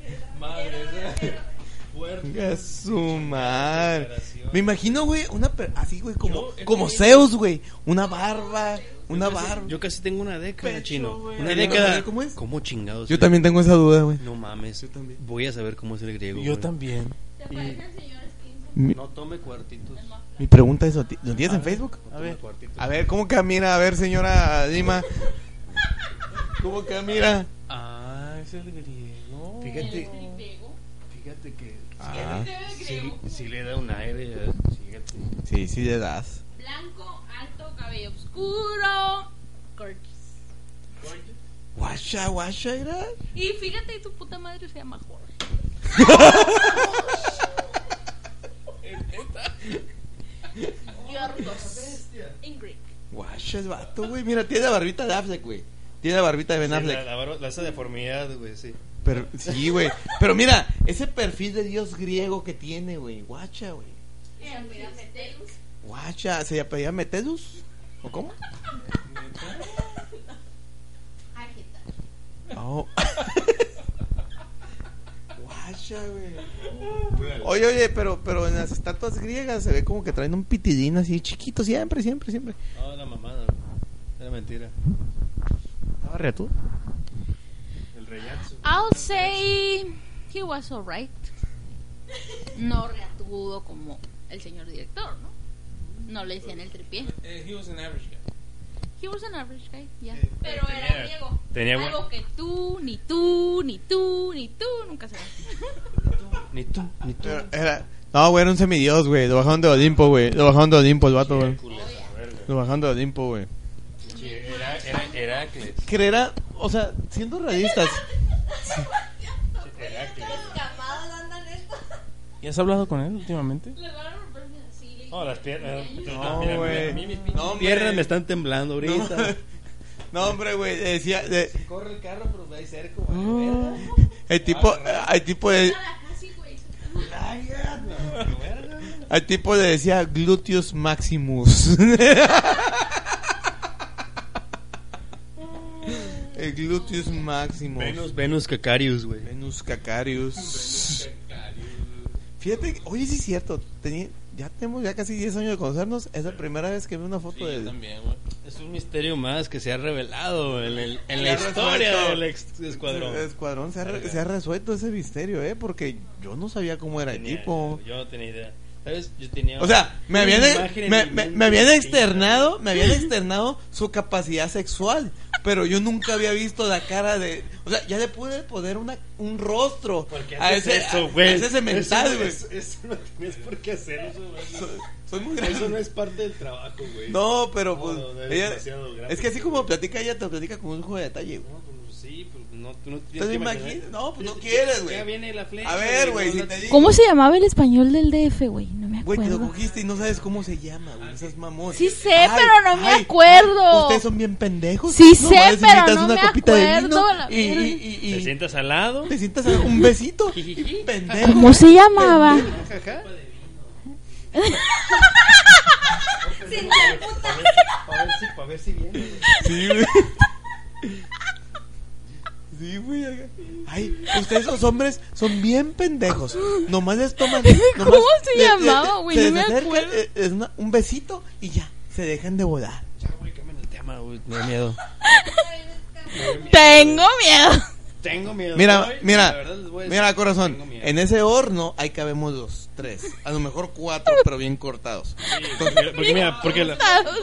Inga su madre. Me imagino, güey, una per- así, güey, como, como Zeus, güey. Una barba, una barba. Yo casi tengo una década, Pecho, chino. güey. Una Yo década. también, ¿cómo es? ¿Cómo chingados? Yo también tengo esa duda, güey. No mames. Voy a saber cómo es el griego. Yo güey. también. Mi, No tome cuartitos. mi pregunta es, ¿lo ti- ¿lo tienes en Facebook? A ver. Cuartitos. A ver, ¿cómo camina? A ver, señora Dima. ¿Cómo camina? Ah, es el griego. Fíjate, griego. fíjate que Ah, Sí, sí le da un aire. eh, fíjate. sí, sí le das. Blanco, alto, cabello oscuro. Gorgeous. Guasha, guasha, era. Y fíjate, tu puta madre se llama Jorge. Yorgos. In Greek. Guasha, el vato, güey. Mira, tiene la barbita de Affleck, güey. Tiene la barbita de Ben Sí, Affleck. la, la, barba- la- esa deformidad, güey, sí. Pero, sí, güey. Pero mira, ese perfil de dios griego que tiene, güey. Guacha, güey. Guacha, ¿se apellía Metedus? ¿O cómo? Oh. Guacha, güey. Oye, oye, pero, pero en las estatuas griegas se ve como que traen un pitidín así chiquito, siempre, siempre, siempre. No, la mamada. Era mentira. Estaba Farrea, tú. El reyazo. I'll say he was alright. No reatudo como el señor director, ¿no? No le decían el tripié. Eh, he was an average guy. He was an average guy, yeah. Eh, Pero tenía- era Diego. Tenía buen- Algo que tú, ni tú, ni tú, ni tú nunca serás. Ni tú, ni tú. Pero era- No, güey, era un semidios, güey. Lo bajaron de Olimpo, güey. Lo bajaron de Olimpo el vato, güey. Culeta, verga. Lo bajaron de Olimpo, güey. Sí, Era, era Heracles. Creerá, o sea, siendo realistas, Heracles. Camadas andan esto. ¿Y has hablado con él últimamente? Le van a romper así. No, las piernas. eh, No, mira, güey. A mí mis pinches. No, hombre. Piernas me están temblando ahorita. No, hombre, güey. le Decía. le- Corre el carro, pues pero ahí cerca, güey. El tipo. El tipo de. la pussy, güey. Ah, Al tipo le decía gluteus maximus. El gluteus maximus. Venus, Venus Cacarius, güey. Venus cacarius. Fíjate, que- oye, sí es cierto. tenía- ya tenemos ya casi 10 años de conocernos. Es la primera vez que veo una foto Sí, de yo él. también, güey. Pues, Es un misterio más que se ha revelado en, el- en la Ya historia resuelto. del ex- escuadrón. Escuadrón, se ha, re- se ha resuelto ese misterio, ¿eh? Porque yo no sabía cómo era el Tenía- tipo. Yo no tenía idea. ¿Sabes? Yo tenía. O sea, me habían, e, una imagen en me, mi me- mente me habían distinta. externado, me habían externado su capacidad sexual, pero yo nunca había visto la cara de, o sea, ya le pude poner una, un rostro Porque a haces ese, a- eso, a güey. ese cemental, güey. Eso, eso no tienes por qué hacer eso, güey. Soy muy grande. Eso no es parte del trabajo, güey. No, pero pues No, no, eres ella- demasiado gráfico. es que así como platica ella te platica con un juego de detalle. güey. No, pues sí, pues no, tú no ¿Te lo que imaginas? imaginar. No, pues no quieres, güey. Ya viene la flecha. A ver, güey, no si la- te digo, ¿Cómo se llamaba el español del DF, güey? No me güey, te lo acuerdo. cogiste y no sabes cómo se llama, güey, esas mamón. Sí sé, pero no me acuerdo. Ustedes son bien pendejos. Sí sé, Nomás pero invitas no una me copita de acuerdo, vino la y- verga. y- y- y- Te sientas al lado. Te sientas a un besito. Jijiji. Pendejo. ¿Cómo se llamaba? Para ver si, para ver si viene. Sí, güey. Sí, güey. acá. Ay, ustedes los hombres son bien pendejos. Nomás les toman. nomás ¿Cómo se le- le- llamaba, güey? se No me les acercan, acuerdo. eh, es una- un besito y ya. Se dejan de volar. Ya, güey, cámbiame el tema, güey. Me da miedo. Tengo miedo. Tengo miedo. Mira, güey. La mira, verdad les voy a mira, decir, corazón. Pues, tengo miedo. En ese horno ahí cabemos los tres. A lo mejor cuatro, pero bien cortados. Porque, porque mira, porque, la-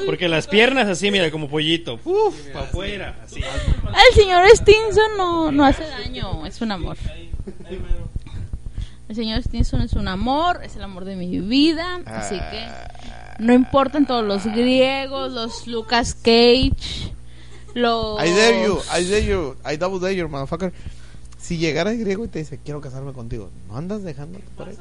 porque las piernas así, mira, como pollito. Uf, para afuera, así. El señor Stinson no, no hace daño, es un amor. El señor Stinson es un amor, es el amor de mi vida, así que no importan todos los griegos, los Lucas Cage, los... I dare you, Oh. I dare you, I double dare you, motherfucker. Si llegara el griego y te dice, quiero casarme contigo, ¿no andas dejándote por ahí?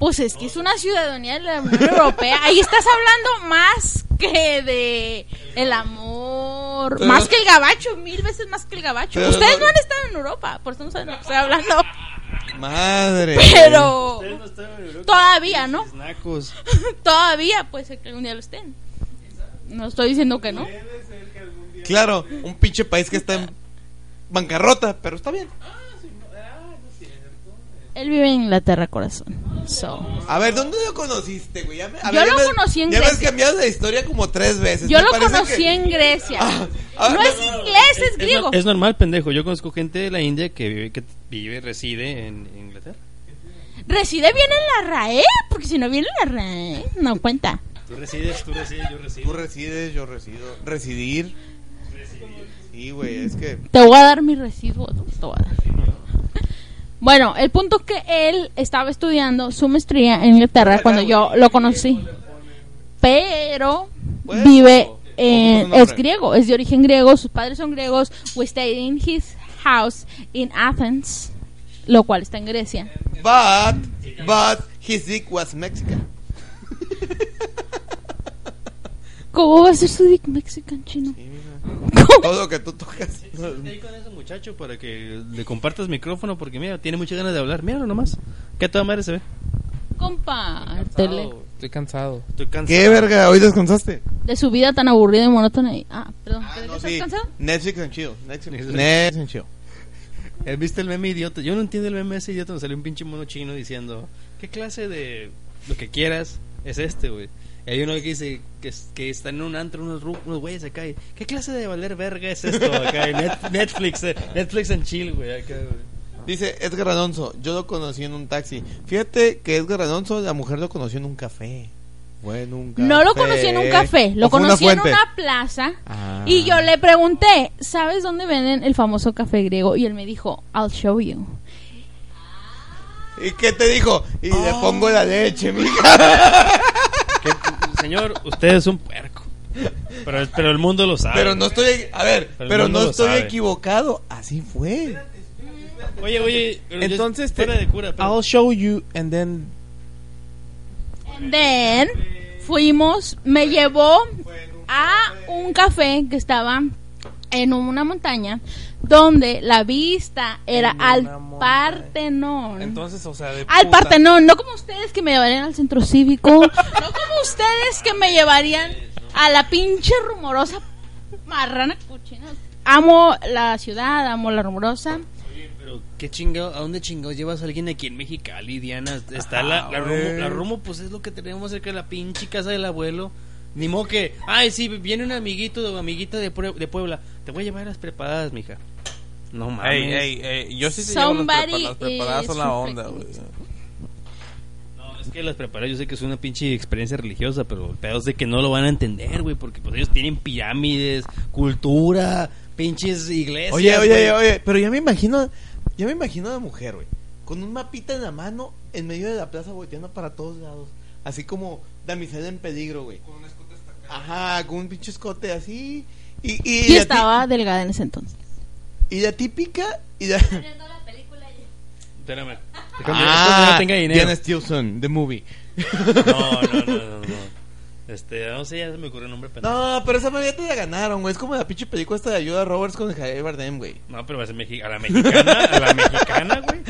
Pues es que es una ciudadanía de la Unión Europea, ahí estás hablando más que de el amor, Pero- más que el gabacho, mil veces más que el gabacho. Pero Ustedes no- no han estado en Europa, por eso no saben de lo que estoy hablando, Madre. pero Ustedes no estaban en Europa. todavía, ¿no? Pinches nacos. Todavía puede ser que algún día lo estén. No estoy diciendo que no. Claro, un pinche país que está en bancarrota, pero está bien. Él vive en Inglaterra, corazón. So. A ver, ¿dónde lo conociste, güey? Ya me- a Yo ver, ya lo me- conocí en Ya me has Grecia. cambiado la historia como tres veces. Yo Me lo parece conocí que- en Grecia. Ah, ah, No me- es inglés, es griego. no- es normal, pendejo. Yo conozco gente de la India que vive, que vive y reside en Inglaterra. Reside bien en la RAE, porque si no viene en la RAE, no cuenta. Tú resides, tú resides, yo resido. Tú resides, yo resido. Residir. Sí, güey, es que. Te voy a dar mi residuo. Te voy a dar. Bueno, el punto que él estaba estudiando su maestría en Inglaterra cuando yo lo conocí. Pero Bueno, vive Pues, ¿cómo es su en, nombre? es griego, es de origen griego, sus padres son griegos. We stayed in his house in Athens, lo cual está en Grecia. But, but, his dick was Mexican. ¿Cómo va a ser su dick mexican chino? Todo lo que tú tocas. Ahí Pues, con ese muchacho para que le compartas micrófono porque mira, tiene muchas ganas de hablar. Míralo nomás. Que a toda madre se ve. Compártele Estoy cansado. Estoy cansado. ¿Qué verga? ¿Hoy descansaste? de su vida tan aburrida y monótona. y- Ah, perdón, ¿te no, estás sí. cansado? Netflix and chill. Netflix, Netflix. Netflix and chill. Eh, ¿Viste el meme idiota? Yo no entiendo el meme ese idiota. Me salió un pinche mono chino diciendo: ¿Qué clase de lo que quieras es este, güey? Y hay uno que dice que, es- que está en un antro, unos, ru- unos güeyes acá. y, ¿Qué clase de valer verga es esto? Acá y Net- Netflix, eh, Netflix en chill, güey. acá, güey. Dice Edgar Alonso, yo lo conocí en un taxi. Fíjate que Edgar Alonso, la mujer lo conoció en un café. Bueno, un café. No lo conocí en un café, lo ¿O fue una conocí en fuente? una plaza. Ah. Y yo le pregunté, ¿sabes dónde venden el famoso café griego? Y él me dijo, I'll show you. ¿Y qué te dijo? Y le Oh. pongo la leche, mija. Que, señor, usted es un puerco. Pero, pero el mundo lo sabe. Pero no estoy, a ver, Pero pero, el mundo no lo estoy sabe. equivocado. Así fue. Oye, oye. pero yo- Entonces te- fuera de cura, pero- I'll show you and then And then fuimos, me llevó a un café que estaba en una montaña donde la vista era En una al montaña. Partenón. Entonces, o sea, de al puta. Partenón, no como ustedes que me llevarían al centro cívico, no como ustedes que me llevarían a la pinche rumorosa marrana cochina. Amo la ciudad, amo la rumorosa. Pero, ¿qué chingado? ¿A dónde chingado llevas a alguien aquí en Mexicali, Diana? Está la, Ah, la, rumo, la rumo, pues es lo que tenemos cerca de la pinche casa del abuelo. Ni modo que, ay, sí, viene un amiguito o amiguita de, Pue- de Puebla. Te voy a llevar a las preparadas, mija. No mames. Ey, ey, ey, yo sí te llevo las Somebody preparadas, las preparadas son is la onda, güey. perfectionist. No, es que las preparadas, yo sé que es una pinche experiencia religiosa, pero el pedo es de que no lo van a entender, güey, porque pues ellos tienen pirámides, cultura, pinches iglesias. Oye, oye, güey. oye, oye, pero ya me imagino, ya me imagino a la mujer, güey, con un mapita en la mano, en medio de la plaza volteando para todos lados, así como damisela en peligro, güey. Con un escote Ajá, con un pinche escote así. Y, y, Yo la ti- estaba delgada en ese entonces. y la típica y la Viendo la película y Espérame. Cuando- cuando no tenga dinero. Diana Stevenson, Ah, the movie. No, no, no, no, no. Este, no sé, ya se me ocurrió el nombre pendejo. No, pero esa madre ya te la ganaron, güey. Es como la pinche película esta de ayuda a Roberts con Javier Bardem, güey. No, pero va a ser mexi- a la mexicana, a Ah, la mexicana, güey.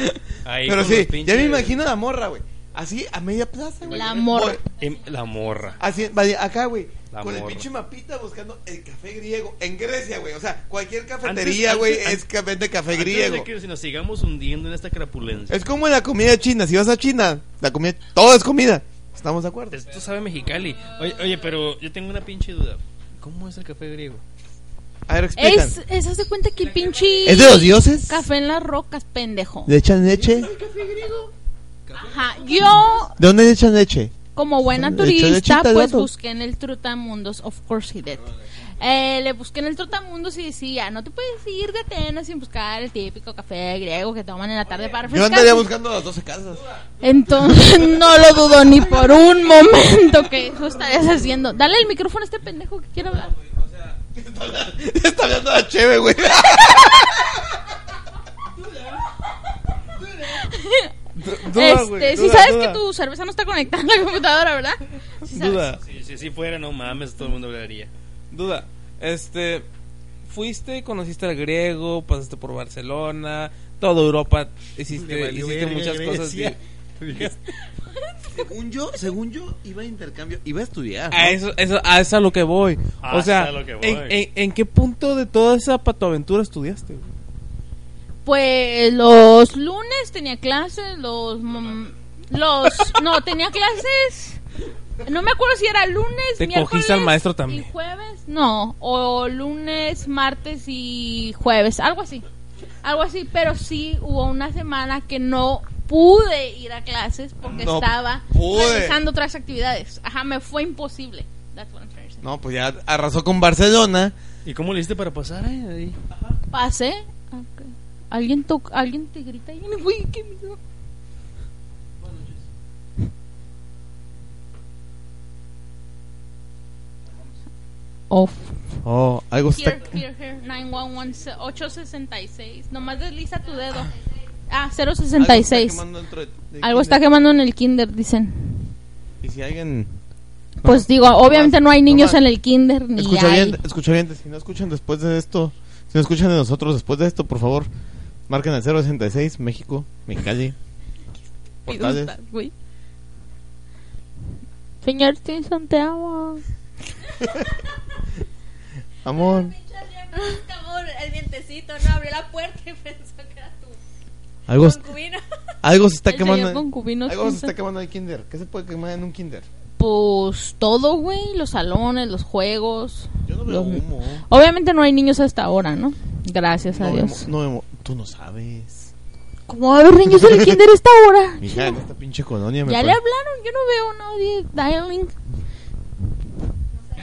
Ahí Pero con los sí, ya pinches- me imagino a la morra, güey. Así a media plaza, güey. La morra. Voy- Em, La morra. Así, vale, acá, güey. La Con el morra. pinche mapita buscando el café griego. En Grecia, güey. O sea, cualquier cafetería, güey, antes- es que vende café Antes de griego. que si nos sigamos hundiendo en esta crapulencia. Es como la comida china. Si vas a China, la comida, todo es comida. ¿Estamos de acuerdo? Esto sabe Mexicali. Oye, oye, pero yo tengo una pinche duda. ¿Cómo es el café griego? A ver, explican. Es, ¿Es, es hace cuenta que el pinche de los dioses? café en las rocas, pendejo. ¿Le echan leche? Ajá. Yo, ¿De dónde le echan leche? como buena Le echó lechita turista, al pues gato. busqué en el Trotamundos, of course he did. Eh, le busqué en el Trotamundos y decía, no te puedes ir de Atenas sin buscar el típico café griego que toman en la tarde para Pues Yo andaría refrescar. buscando las 12 casas. Entonces, no lo dudo ni por un momento que eso estarías haciendo. Dale el micrófono a este pendejo que quiere hablar. Está hablando la cheve, güey. este, si sabes que tu cerveza no está conectada a la computadora, ¿verdad? Sí sabes. Duda, Si, si, si fuera, no mames, todo el mundo hablaría. duda. Este, fuiste, conociste al griego, pasaste por Barcelona, toda Europa, hiciste, hiciste muchas cosas. y- Según yo, según yo, iba a intercambio, iba a estudiar. Ah. A eso, eso- a eso a lo que voy. Ah, o sea, es a lo que voy. En, en- en qué punto de toda esa patoaventura estudiaste? güey? Pues los lunes tenía clases, los mom- los no tenía clases. No me acuerdo si era lunes, Te miércoles cogiste al maestro también. y jueves, no, o lunes, martes y jueves, algo así. Algo así, pero sí hubo una semana que no pude ir a clases porque No estaba pude. realizando otras actividades. Ajá, me fue imposible. That's what I'm trying to say. No, pues ya arrasó con Barcelona. ¿Y cómo le hiciste para pasar eh, ahí? Pasé. ok. Alguien toc- alguien te grita ahí, güey, qué miedo. Off. Oh, algo está... Here, here, here, 911, 866. Nomás desliza tu dedo. Ah, 066. Algo está quemando dentro de- de Algo está kinder. quemando en el kinder, dicen. Y si alguien... Pues digo, obviamente no hay niños Ah. nomás. en el kinder ni Escucha hay. bien, escucha bien, si no escuchan después de esto, si no escuchan de nosotros después de esto, por favor, marquen al 066 México, Mexicali. Portales. Güey. Señor Simpson, te amo. Amor. Busca, amor, el dientecito, no abrió la puerta y pensó que era tu Algo, concubino. algo se está El señor quemando. concubino Algo se Simpson. está quemando en el kinder. ¿Qué se puede quemar en un kinder? Pues todo, güey, los salones, los juegos. Yo no veo los- humo. Obviamente no hay niños hasta ahora, ¿no? Gracias a No Dios. vemos, no vemos. Tú no sabes. ¿Cómo va a haber niños en el kinder a esta hora? Mija, en esta pinche colonia me Ya le pare- hablaron, yo no veo nadie dialing.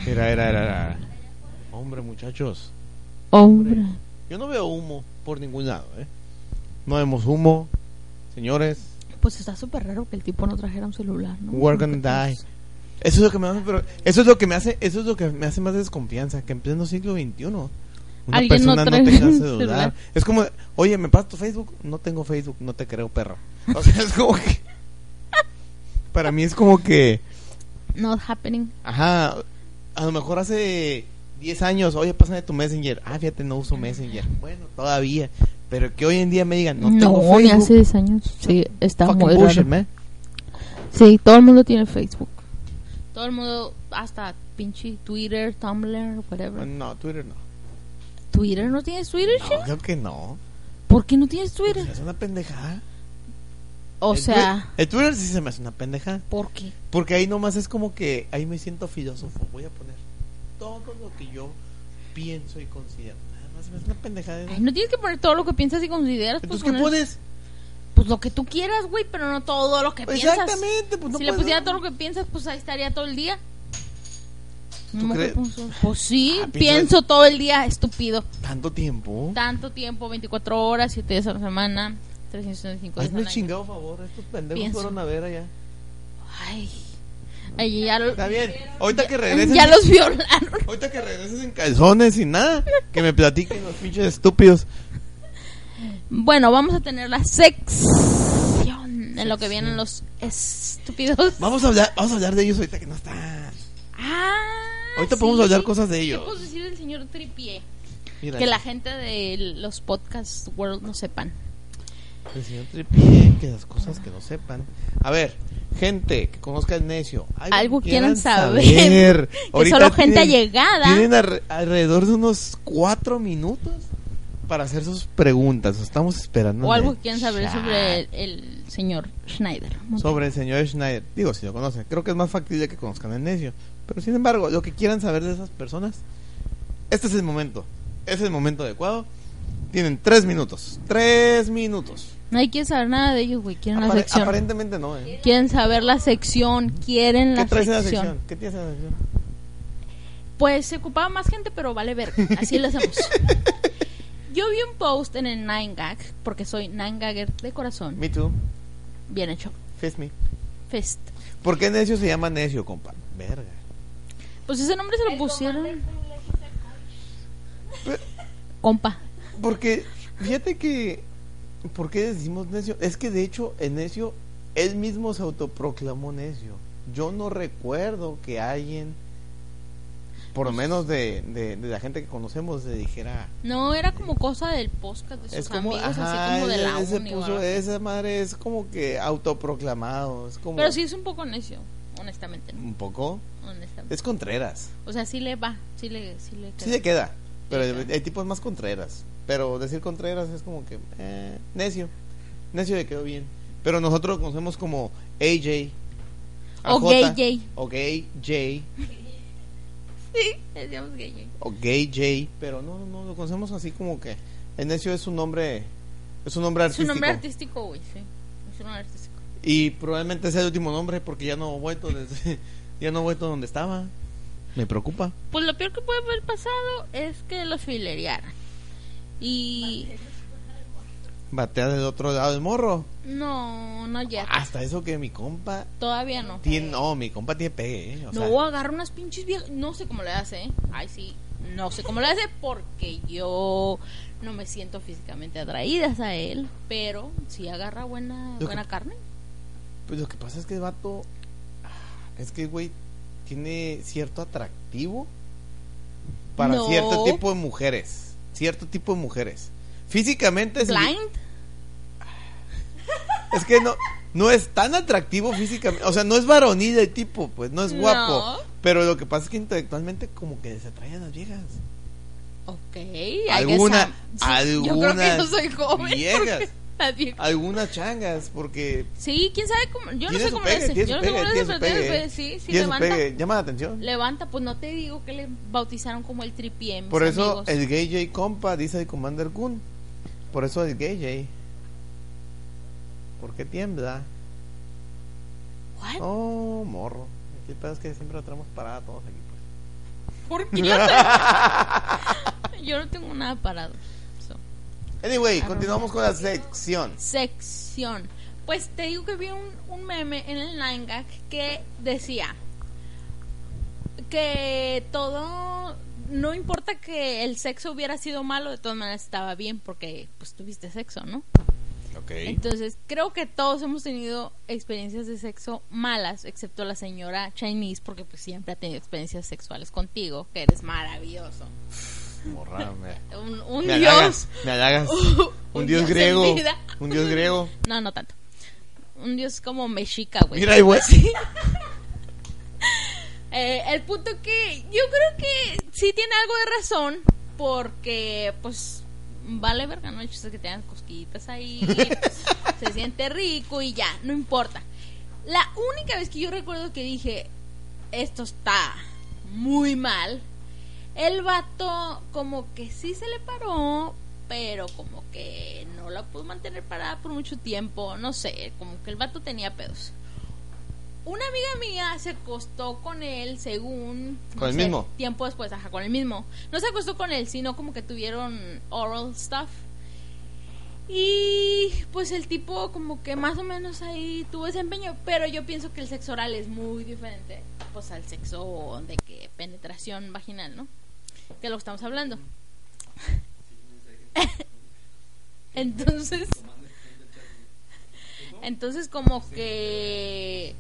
Era, era, era, era. Hombre, muchachos. Hombre. Yo no veo humo por ningún lado, ¿eh? No vemos humo. Señores, Pues está súper raro que el tipo no trajera un celular, ¿no? we're gonna die. Eso es lo que me hace, pero eso es lo que me hace, eso es lo que me hace más desconfianza, que en pleno siglo XXI una Alguien persona no no, trae tenga un celular. celular. Es como, oye, ¿me pasas tu Facebook? No tengo Facebook, no te creo, perro. O sea, es como que para mí es como que Not happening. Ajá, a lo mejor hace 10 años, oye, pásame tu Messenger. Ah, fíjate, no uso Messenger. Bueno, todavía. Pero que hoy en día me digan, no, No, tengo Facebook. ni hace 10 años. Sí, está Fucking muy bullshit, raro. man. Sí, todo el mundo tiene Facebook. Todo el mundo, hasta pinche Twitter, Tumblr, whatever. No, Twitter no. ¿Twitter no tienes Twitter, No, Shin? creo que no. ¿Por qué no tienes Twitter? Es una pendejada. O El sea, Twi- el Twitter sí se me hace una pendejada. ¿por qué? Porque ahí nomás es como que ahí me siento filósofo. Voy a poner todo lo que yo pienso y considero. Además, se me hace una pendejada. Ay, no tienes que poner todo lo que piensas y consideras. Pues, Entonces, ¿qué poner- pones? pues lo que tú quieras, güey, pero no todo lo que piensas. Exactamente. Pues, no si le puedes- pusiera todo lo que piensas, pues ahí estaría todo el día. ¿Tú No, crees? pues, Pues sí, Ah, pienso- pienso todo el día, estúpido. Tanto tiempo. Tanto tiempo, 24 horas, 7 días a la semana, 365 días Hazme al el año. chingado favor, estos pendejos Pienso. fueron a ver allá. Ay, ay, ya, lo- Está bien, ahorita que regresen, ya los violaron. ahorita que regresen en calzones y nada, que me platiquen los pinches estúpidos. Bueno, vamos a tener la sección en lo que vienen los estúpidos. Vamos a hablar, vamos a hablar de ellos ahorita que no están. Ah, Ahorita podemos hablar cosas de ellos. ¿Qué podemos decir del señor Tripié? Mira, Que la gente de los podcast world no sepan. el señor Tripié, que las cosas que no sepan. A ver, gente que conozca el necio, algo, Algo que quieran saber. Que Ahorita solo gente tienen- allegada. Tienen alre- alrededor de unos cuatro minutos para hacer sus preguntas. Estamos esperando. o en algo el que quieran saber chat. sobre el, el señor Schneider. sobre el señor Schneider. Digo, si lo conocen, creo que es más factible que conozcan el necio. Pero sin embargo, lo que quieran saber de esas personas, este es el momento. Es el momento adecuado. Tienen tres minutos. Tres minutos. Nadie quiere saber nada de ellos, güey. Quieren la Apare- sección. aparentemente no, ¿eh? Quieren saber la sección. Quieren ¿Qué la traes en la sección. sección? ¿Qué tienes en la sección? Pues se ocupaba más gente, pero vale ver. Así lo hacemos. Yo vi un post en el 9gag, porque soy 9gagger de corazón. Me too. Bien hecho. Fist me. Fest. ¿Por qué necio se llama necio, compa? Verga. Pues ese nombre se lo pusieron. Compa. Porque, fíjate que. ¿Por qué decimos necio? Es que de hecho, el necio, él mismo se autoproclamó necio. Yo no recuerdo que alguien, por Pues lo menos de, de- de la gente que conocemos, le dijera. No, era como cosa del podcast de sus Es como. amigos, ajá, así como de él- la él se uni o puso algo. esa madre, es como que autoproclamado. Es como. Pero sí es un poco necio, honestamente. Un poco. honestamente. Es Contreras. O sea, sí le va, sí le, sí le Sí queda. se queda. Pero el, Ajá. el tipo es más Contreras. Pero decir Contreras es como que eh, necio. Necio le quedó bien. Pero nosotros lo conocemos como AJ. O AJ, gay J. O gay J. Sí, decíamos gay J. O gay J. Pero no, no, no, lo conocemos así como que. El necio es un nombre. Es un nombre Es un artístico. nombre artístico, güey, sí. Es un nombre artístico. Y probablemente sea el último nombre porque ya no he vuelto desde- ya no he vuelto donde estaba. Me preocupa. Pues lo peor que puede haber pasado es que los filerearan. Y. Batea del otro lado del morro. No, no ya. Hasta eso que mi compa Todavía no. Tiene, no, mi compa tiene pegue, ¿eh? O sea, No, agarra unas pinches viejas. No sé cómo le hace, ¿eh? Ay, sí. No sé cómo le hace porque yo no me siento físicamente atraída a él. Pero sí agarra buena, Lo que- buena carne. pues lo que pasa es que el vato. ah, Es que, el güey, tiene cierto atractivo para No. cierto tipo de mujeres. Cierto tipo de mujeres. Físicamente. si- Blind. es que no. No es tan atractivo físicamente, o sea, no es varonil el tipo, pues no es No. guapo. Pero lo que pasa es que intelectualmente como que les atraen las viejas. Ok. I guess Alguna, I'm- sí, algunas Yo creo que yo soy joven. viejas. Las viejas. algunas changas, porque Sí, quién sabe cómo. Yo no Tiene sé su cómo pegue, le hace. tiene Yo su no sé cómo pegue, le hace, tiene pero su pegue, tiene- sí, sí, tiene su levanta. pegue. llama la atención. Levanta, pues no te digo que le bautizaron como el tripié. mis Por eso amigos. el gay J compa dice el Commander Kun. Por eso el gay J. ¿Por qué tiembla? ¿What? Oh, morro. Aquí el pedo es que siempre lo tenemos parada todos aquí. pues. ¿Por qué? Yo soy- Yo no tengo nada parado. So. Ah, Anyway, continuamos con la sección. sección. Pues te digo que vi un, un meme en el Nine Gag que decía que todo, no importa que el sexo hubiera sido malo, de todas maneras estaba bien porque pues tuviste sexo, ¿no? Ok. Entonces creo que todos hemos tenido experiencias de sexo malas, excepto la señora Chinese, porque pues siempre ha tenido experiencias sexuales contigo, que eres maravilloso. Morra, me, Un, un me dios. halagas. Me halagas. Un Un dios dios en griego. vida. Un dios griego. No, no tanto. Un dios como mexica, güey. Mira, igual. Eh, el punto que yo creo que sí tiene algo de razón, porque pues vale verga, no hay chistes que tengan cosquillitas ahí, pues, se siente rico y ya, no importa. La única vez que yo recuerdo que dije, esto está muy mal, el vato como que sí se le paró, pero como que no la pudo mantener parada por mucho tiempo, no sé, como que el vato tenía pedos. Una amiga mía se acostó con él según... ¿Con no el sé, mismo? Tiempo después, ajá, con el mismo. No se acostó con él, sino como que tuvieron oral stuff. Y pues el tipo como que más o menos ahí tuvo desempeño, pero yo pienso que el sexo oral es muy diferente pues al sexo de que penetración vaginal, ¿no? Que es lo que estamos hablando. Entonces Entonces como que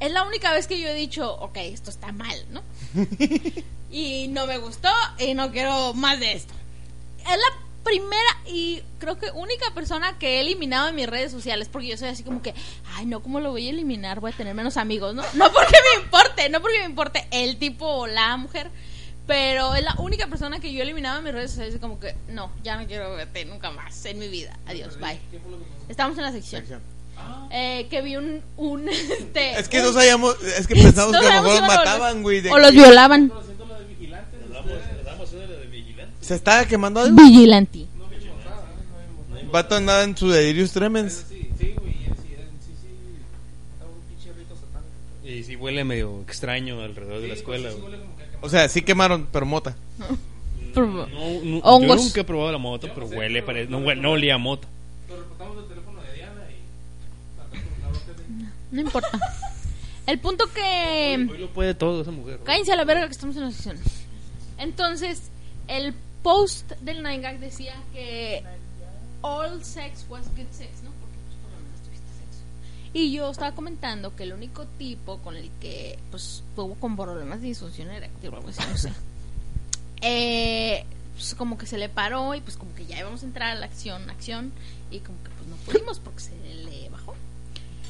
es la única vez que yo he dicho, ok, esto está mal, ¿no? y no me gustó y no quiero más de esto. Es la primera y creo que única persona que he eliminado de mis redes sociales porque yo soy así como que, ay, no, ¿cómo lo voy a eliminar? Voy a tener menos amigos, ¿no? No porque me importe, no porque me importe el tipo o la mujer, pero es la única persona que yo he eliminado de mis redes sociales y como que, no, ya no quiero verte nunca más en mi vida. Adiós, bye. Estamos en la sección. Eh, que vi un, un este, Es que un- no sabíamos. Es que pensamos no que a lo sabemos mejor si los van a mataban, güey. de o los que- violaban. Estamos haciendo la de vigilante. ¿Se estaba quemando algo? Vigilante. Vato andaba en su delirius tremens. Sí, sí, güey. Sí, sí, sí. Estaba un pinche rito satánico. Y sí huele medio extraño alrededor de la escuela. güey. O sea, sí quemaron, pero mota. Por- No, nu- yo Hongos. nunca he probado la moto, pero huele, pare- no, huele- no olía a moto. Lo reportamos del teléfono de Diana y. No importa. El punto que... Hoy lo puede todo esa mujer. güey. Cállense a la verga que estamos en la sesión. Entonces, el post del Nine Gag decía que all sex was good sex, ¿no? Porque pues, por lo menos tuviste sexo. Y yo estaba comentando que el único tipo con el que pues tuvo con problemas de disfunción eréctil o algo así, no sé. Eh, pues, como que se le paró y pues como que ya íbamos a entrar a la acción, acción y como que pues no pudimos porque se le bajó.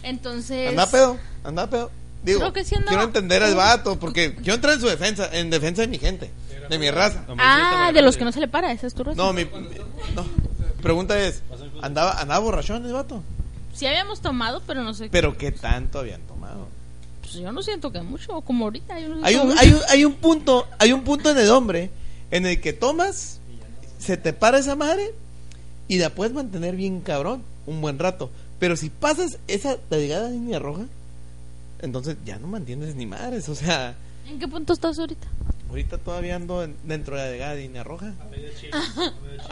Entonces, Anda pedo, anda pedo. Digo, Creo que sí andaba- quiero entender al vato, porque yo entré en su defensa, en defensa de mi gente, de mi raza. ah, de los que no se le para, esa es tu razón. No, mi no. pregunta es, ¿andaba, andaba borrachón el vato? Sí habíamos tomado, pero no sé. ¿Pero qué tanto habían tomado? pues yo no siento que mucho, como ahorita. Yo no Hay siento un, mucho. hay, un, hay un punto, hay un punto en el hombre en el que tomas, se te para esa madre y la puedes mantener bien cabrón un buen rato. Pero si pasas esa delgada línea roja, entonces ya no mantienes ni madres, o sea... ¿En qué punto estás ahorita? Ahorita todavía ando en- dentro de la delgada línea roja.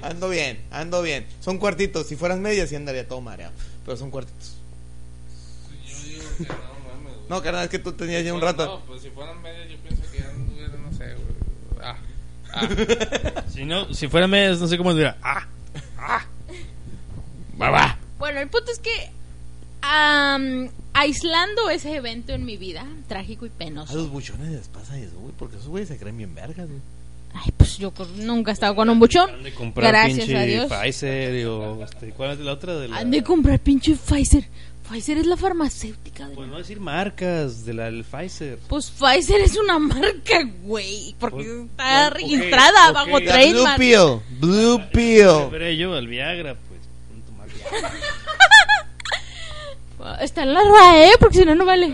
Ando bien, ando bien. Son cuartitos. Si fueras media, sí andaría todo mareado. Pero son cuartitos. Yo digo que no, mames, güey. No, carnal, es que tú tenías ya un Pues rato. No, pues si fueran medias, yo pienso que ya no hubiera, no sé, güey. Ah. Ah. Si, no, si fuera mes, no sé cómo diría. Ah, ah, va, va. Bueno, el punto es que am, aislando ese evento en mi vida, trágico y A penoso. los buchones les pasa eso, güey. Porque esos güeyes se creen bien vergas, güey. Ay, pues yo cor- nunca he estado con un buchón. Han de comprar Gracias pinche a Dios. Pfizer o. este, ¿Cuál es la otra? De la, Han de comprar pinche Pfizer. Pfizer es la farmacéutica. De Pues no decir marcas, de la del Pfizer. Pues Pfizer es una marca, güey. Porque Pues- está ok, registrada ok. bajo La La Blue trademark. Pill. Blue Pill. Pero yo al Viagra, pues. no tomar Viagra. Está en la RAE, porque si no, no vale.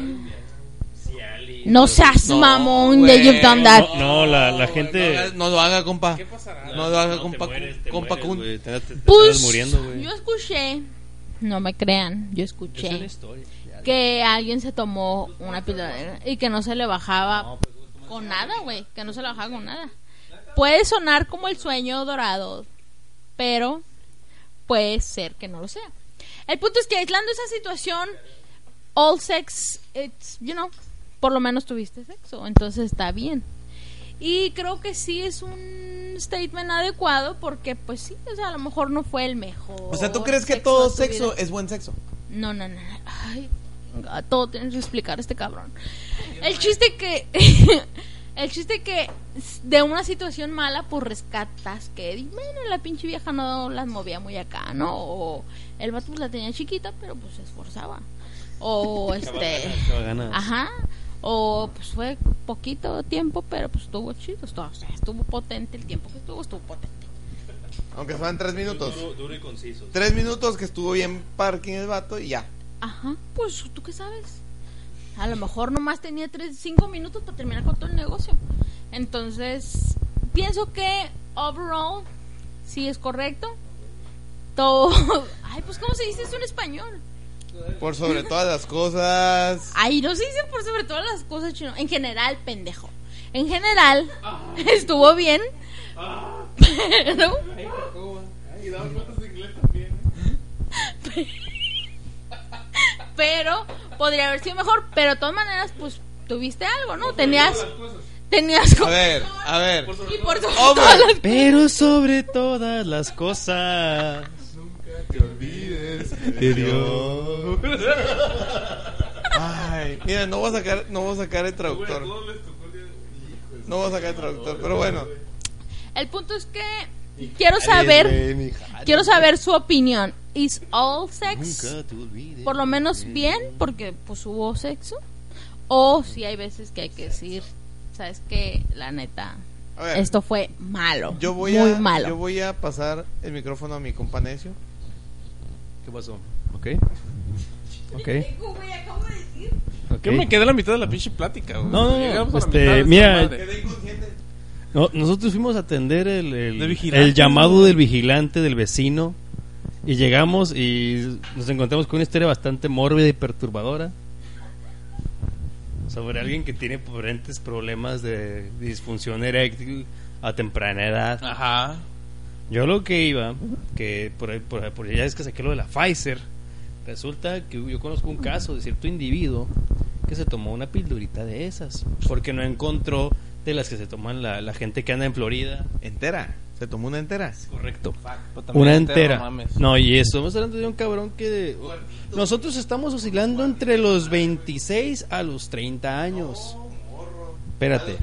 No seas No, mamón güey. de You've Done That. No, no, la, la gente. No, lo haga, compa. ¿Qué pasará? No lo haga, No, compa. te mueres, te compa mueres, Kun. güey, te- te- te Pues, estás muriendo, güey. yo escuché, no me crean, Esa yo es la escuché historia. que alguien se tomó una píldora y que no se le bajaba con nada, güey, que no se le bajaba con nada. Puede sonar como el sueño dorado, pero puede ser que no lo sea. El punto es que aislando esa situación, all sex, it's, you know, por lo menos tuviste sexo, entonces está bien. Y creo que sí es un statement adecuado porque pues sí, o sea, a lo mejor no fue el mejor. O sea, ¿tú crees que sexo todo de tu sexo vida? es buen sexo? No, no, no. no. Ay, a todo tienes que explicar este cabrón. El chiste que. el chiste que s- de una situación mala, pues rescatas que. di, Bueno, la pinche vieja no las movía muy acá, ¿no? O el vato pues, la tenía chiquita, pero pues se esforzaba. O este. Cabalganas. Ajá. O pues fue poquito tiempo, pero pues estuvo chido. Estuvo, o sea, estuvo potente el tiempo que estuvo, estuvo potente. Aunque fueran tres minutos. Duro, duro y conciso. Tres minutos que estuvo bien parking el vato y ya. Ajá, pues tú qué sabes. A lo mejor nomás tenía tres, cinco minutos para terminar con todo el negocio. Entonces, pienso que overall sí es correcto. Todo. Ay, pues ¿cómo se dice eso en español? Por sobre todas las cosas. Ay, no se dice por sobre todas las cosas chino. En general, pendejo. En general, estuvo bien. Pero. Pero podría haber sido mejor. Pero de todas maneras, pues tuviste algo, ¿no? Tenías. Tenías. A ver, Oh, a ver. Y por sobre Hombre. todas las- Pero sobre todas las cosas. Te dio. Ay, mira, no voy a sacar, no voy a sacar el traductor. No voy a sacar el traductor, pero bueno. El punto es que quiero saber. eh. Quiero saber su opinión. ¿Is all sex Nunca te olvides. por lo menos bien porque pues hubo sexo o si hay veces que hay que decir sabes que la neta A ver, esto fue malo yo voy muy a, malo yo voy a pasar el micrófono a mi compa Necio. ¿Qué pasó? ¿Ok? ¿Ok? Yo Ok. me quedé a la mitad de la pinche plática, güey. No, no, no. Llegamos a la Este, mitad de esta mira, madre. No, nosotros fuimos a atender el, el, ¿De vigilante? el llamado del vigilante, del vecino, y llegamos y nos encontramos con una historia bastante mórbida y perturbadora sobre alguien que tiene diferentes problemas de disfunción eréctil a temprana edad. Ajá. Yo lo que iba, que por, ahí- por, ahí- por allá es que saqué lo de la Pfizer, resulta que yo conozco un caso de cierto individuo que se tomó una pildurita de esas, porque no encontró de las que se toman la, la gente que anda en Florida. Entera. Se tomó una entera. Correcto. Pero también Una entero, entera. no mames. No, y estamos hablando de un cabrón que... de- nosotros estamos oscilando entre los 26 a los 30 años. Espérate.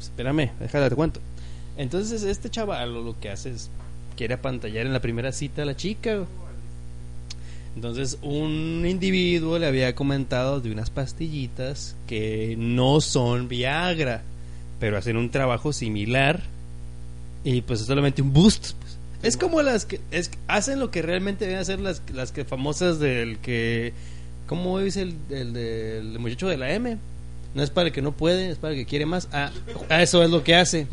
Espérame, déjala, te cuento. Entonces, este chaval lo- lo que hace es... Quiere apantallar en la primera cita a la chica. Entonces, un individuo le había comentado de unas pastillitas que no son Viagra, pero hacen un trabajo similar y pues es solamente un boost. pues. Es como las que es- hacen lo que realmente deben hacer las, las que famosas del que... ¿Cómo dice el, el del muchacho de la M? No es para el que no puede, es para el que quiere más. Ah, ah, eso es lo que hace.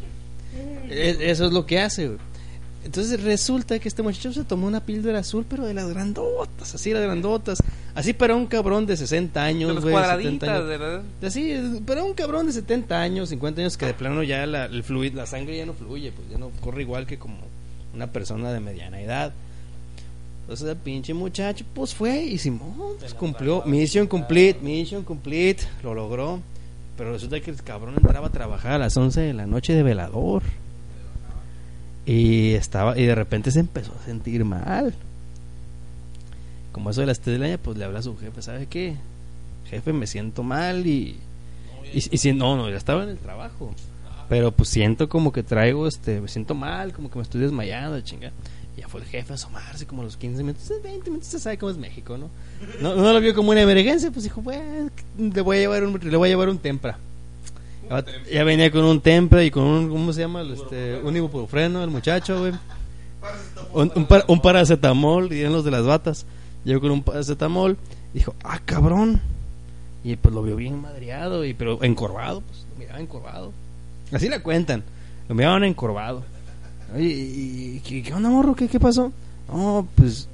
E- eso es lo que hace. güey. Entonces resulta que este muchacho se tomó una píldora azul, pero de las grandotas, así las grandotas. Así para un cabrón de 60 De años, las güey, 70 cuadraditas, años. ¿verdad? Así, Pues pero un cabrón de 70 años, 50 años que de plano ya la, el fluid- la sangre ya no fluye, pues ya no corre igual que como una persona de mediana edad. Entonces el pinche muchacho pues fue y Simón pues, cumplió, mission complete, mission complete, lo logró. Pero resulta que el cabrón entraba a trabajar a las 11 de la noche de velador. Y estaba y de repente se empezó a sentir mal. Como eso de las 3 de la mañana, pues le habla a su jefe, ¿sabe qué? jefe, me siento mal y... Y, y si no, no, ya estaba en el trabajo. Pero pues siento como que traigo, este, me siento mal, como que me estoy desmayando, chinga. Y Ya fue el jefe a asomarse como a los 15 minutos, eh, 20 minutos, se sabe cómo es México, ¿no? No, no lo vio como una emergencia, pues dijo, bueno, le voy a llevar un, le voy a llevar un tempra. Ya, ya venía con un tempra y con un, ¿cómo se llama? Este, un ibuprofeno el muchacho, güey. un, un par- un paracetamol, dirían los de las batas. Llegó con un paracetamol, dijo, ah, cabrón. Y pues lo vio bien madreado, y, pero encorvado, pues lo miraba encorvado. Así la cuentan, lo miraban encorvado. Oye, ¿y, y- qué, qué onda, morro? ¿Qué, qué pasó? No, pues...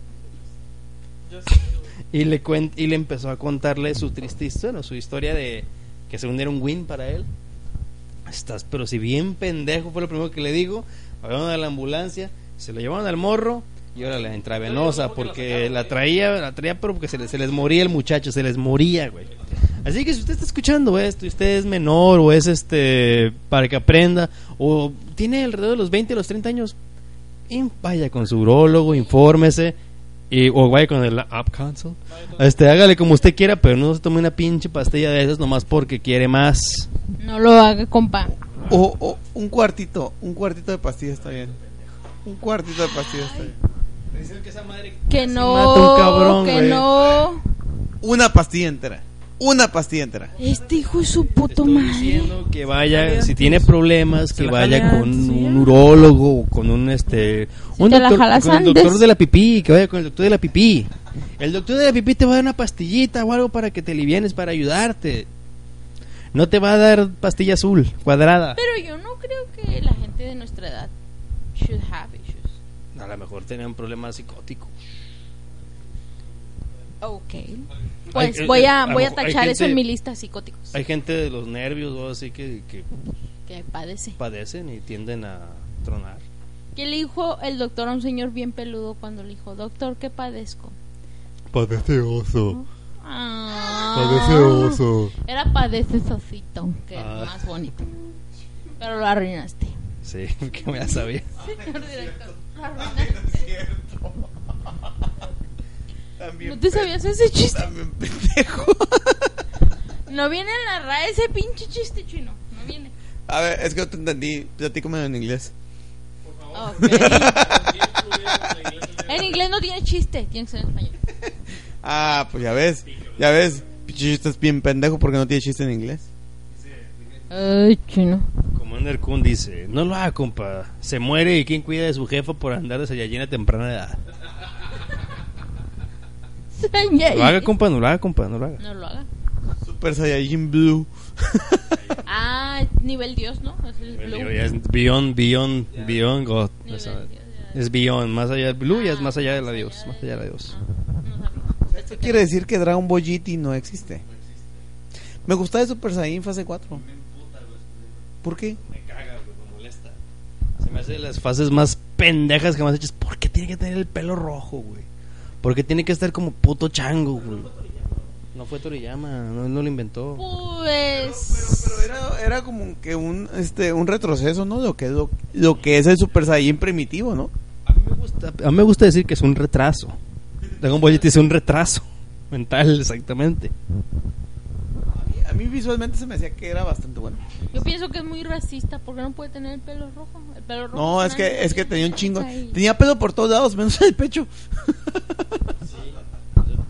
Y le, cuen- y le empezó a contarle su triste historia, su historia de que según era un win para él. Estás, pero si bien pendejo fue lo primero que le digo. Hablaron de la ambulancia, se lo llevaron al morro y ahora la intravenosa porque la traía, la traía, pero porque se les, se les moría el muchacho, se les moría, güey. Así que si usted está escuchando esto y usted es menor o es este para que aprenda o tiene alrededor de los 20 a los 30 años, in- vaya con su urologo, infórmese y, o vaya con el app council. Este, hágale como usted quiera, pero no se tome una pinche pastilla de esas nomás porque quiere más. No lo haga, compa. O, o un cuartito, un cuartito de pastilla está bien. Un cuartito de pastilla está bien. Que no. mata un cabrón, que güey. no. Una pastilla entera. Una pastilla entera. Este hijo es su puto Estoy madre. diciendo que vaya, si tiene problemas, que la vaya jale con antes, ¿sí? un urólogo, o con un este, un te la doctor, jalas con el doctor antes. de la pipí, que vaya con el doctor de la pipí. El doctor de la pipí te va a dar una pastillita o algo para que te livienes, para ayudarte. No te va a dar pastilla azul, cuadrada. Pero yo no creo que la gente de nuestra edad should have issues. A lo mejor tenía un problema psicótico. Ok. Pues Hay- voy a a lo voy a mejor hay tachar eso en gente- mi lista de psicóticos. Hay gente de los nervios o así que, que Que padece. padecen y tienden a tronar. ¿Qué le dijo el doctor a un señor bien peludo cuando le dijo, doctor, ¿qué padezco? Padece oso. Ah. Padece oso. Era padece socito, que Ah. es más bonito. Pero lo arruinaste. Sí, que me la sabía. Señor director, Ah, lo arruinaste. ¿No te sabías ese chiste? No viene en la RAE ese pinche chiste chino. No viene. A ver, es que no te entendí. Platícame en inglés. Ok. en inglés no tiene chiste, tiene que ser en español. Ah, pues ya ves. Ya ves. Pichichi, estás bien pendejo porque no tiene chiste en inglés. Ay, chino. Commander Kun dice, no lo haga, compa. Se muere y quién cuida de su jefa por andar de Saiyajin a temprana edad. No lo haga, compa, no lo haga, compa, no lo haga. No lo haga. Super Saiyajin Blue. Ah, nivel Dios, ¿no? Es el El blue. libro ya es beyond, beyond, beyond God. Nivel Es, Dios, ya. es beyond, más allá del blue, ya es más allá del Más allá adiós, más allá del adiós. Ah, no sabía. Esto quiere decir que Dragon Ball GT no existe. Me gusta de Super Saiyan fase 4. ¿Por qué? Me caga, güey, me molesta. Se me hace de las fases más pendejas que más hechas. ¿Por qué tiene que tener el pelo rojo, güey? ¿Por qué tiene que estar como puto chango, güey? No fue Toriyama, no, no lo inventó. Pues. Pero era, era como que un este un retroceso, ¿no? Lo que, lo, lo que es el Super Saiyan primitivo, ¿no? A mí me gusta, a mí me gusta decir que es un retraso. Dragon Ball GT es un retraso mental, exactamente. A mí visualmente se me hacía que era bastante bueno. Yo pienso que es muy racista porque no puede tener el pelo rojo. El pelo rojo No, una es que es que niña. tenía un chingo. Ay. Tenía pelo por todos lados, menos en el pecho.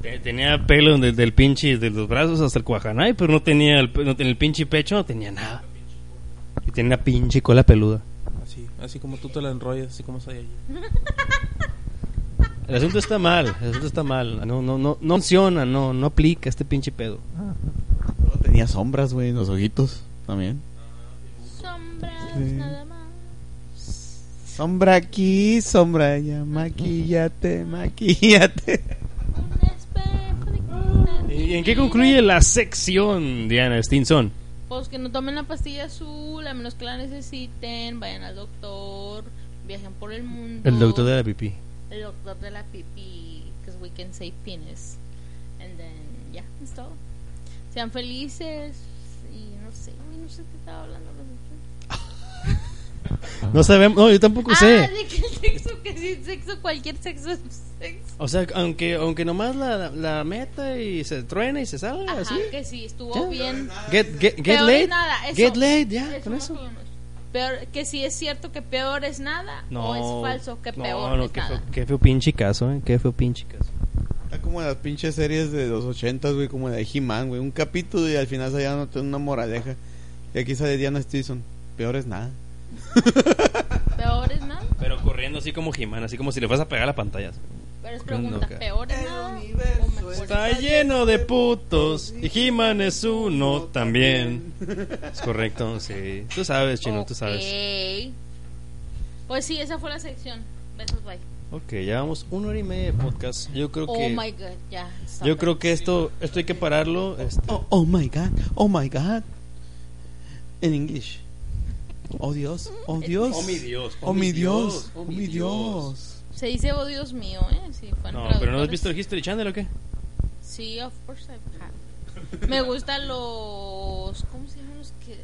Te- Tenía pelo desde el pinche, de los brazos hasta el cuajanay, pero no tenía el, pe- no tenía el pinche pecho, no tenía nada. Y tenía una pinche cola peluda. Así, así como tú te la enrollas, así como soy allí. El asunto está mal, el asunto está mal. No, no, no, no funciona, no, no aplica este pinche pedo. Luego tenía sombras, güey, en los ojitos también. Sombras, Sí. nada más. Sombra aquí, sombra allá, maquillate, maquillate. Un espejo de cristal. ¿Y en qué concluye la sección, Diana Stinson? Pues que no tomen la pastilla azul, a menos que la necesiten. Vayan al doctor, viajen por el mundo. El doctor de la pipí. El doctor de la pipí, because we can say penis. And then, ya, es todo. Sean felices y no sé, uy, no sé qué estaba hablando. no sé. No sabemos, no, yo tampoco sé. Ah, de que el sexo, que sí, sexo, cualquier sexo es sexo. O sea, aunque, aunque nomás la, la meta y se truena y se salga, Ajá, así. que sí, estuvo Ah, Ya. bien. Get, get, get Peor laid. es nada, eso. Get laid, ya, Eso con no eso. fue uno. Peor, que si es cierto que peor es nada o es falso que peor no, no, es qué nada. feo, qué feo pinche caso, ¿eh? Qué feo pinche caso. Está como en las pinches series de los ochentas, güey, como la de He-Man, güey. Un capítulo y al final se no tiene una moraleja. Y aquí sale Diana Stinson. Peor es nada. Peor es nada. Pero corriendo así como Jimán, así como si le fueras a pegar a la pantalla. Pero es Corriendo pregunta, acá. peor es nada. o mejor? Está lleno de putos y He-Man es uno también. Es correcto, sí. Tú sabes, chino, tú sabes. Ok. Pues sí, esa fue la sección. Besos, bye. Ok, llevamos una hora y media de podcast. Yo creo oh my que god, ya. stop yo it. creo que esto esto hay que pararlo. este, Oh, oh my god, oh my god. En inglés. Oh Dios, oh Dios. Oh, mi Dios, oh mi Dios, oh mi Dios. Se dice, oh Dios mío, ¿eh? Sí, fueron No, pero ¿no has traductores. visto el History Channel o qué? Sí, of course I've had. Me gustan los. ¿Cómo se llaman los que.?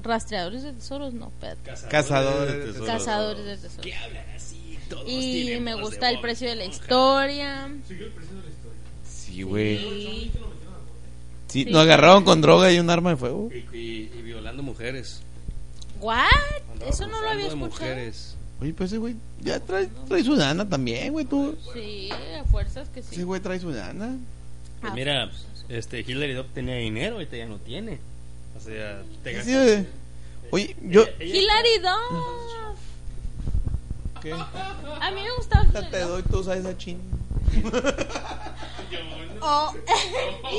Rastreadores de tesoros, no, espérate. Cazadores de tesoros. Cazadores de tesoros. Que hablan así. Todos Y tienen me voz de gusta el Bob precio de la Esponja. historia. Sí, güey. Sí. Sí, nos agarraron con droga y un arma de fuego. Y, violando mujeres. ¿What? Eso no lo había escuchado. Oye, pues ese güey ya trae, trae su dana también, güey, tú. Sí, a fuerzas que Ese sí. güey trae su dana. Ah, mira, este Hillary Duff tenía dinero, ahorita ya no tiene. O sea, te Sí, güey. Oye, yo... eh, Hilary Duff. eh, ¿Qué? A mí me gustaba Hilary Te Duff. doy, tú sabes a chin. Oh,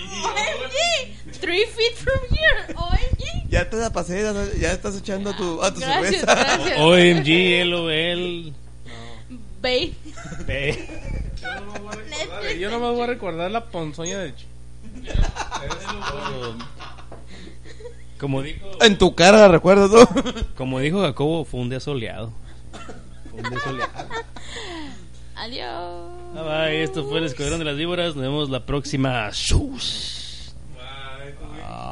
OMG. Three feet from here. OMG. Ya te la pasé, ya- ya estás echando a tu, a tu Gracias, cerveza. gracias. OMG, LOL. Babe. Yo no me voy a recordar la ponzoña de Chi. Como dijo, En tu cara, recuerdo tú. como dijo Jacobo, fue un día soleado. Fue un día soleado. Adiós. Bye, bye, esto fue el Escuadrón de las Víboras. Nos vemos la próxima. Sus. Ah, esto, güey. Ah.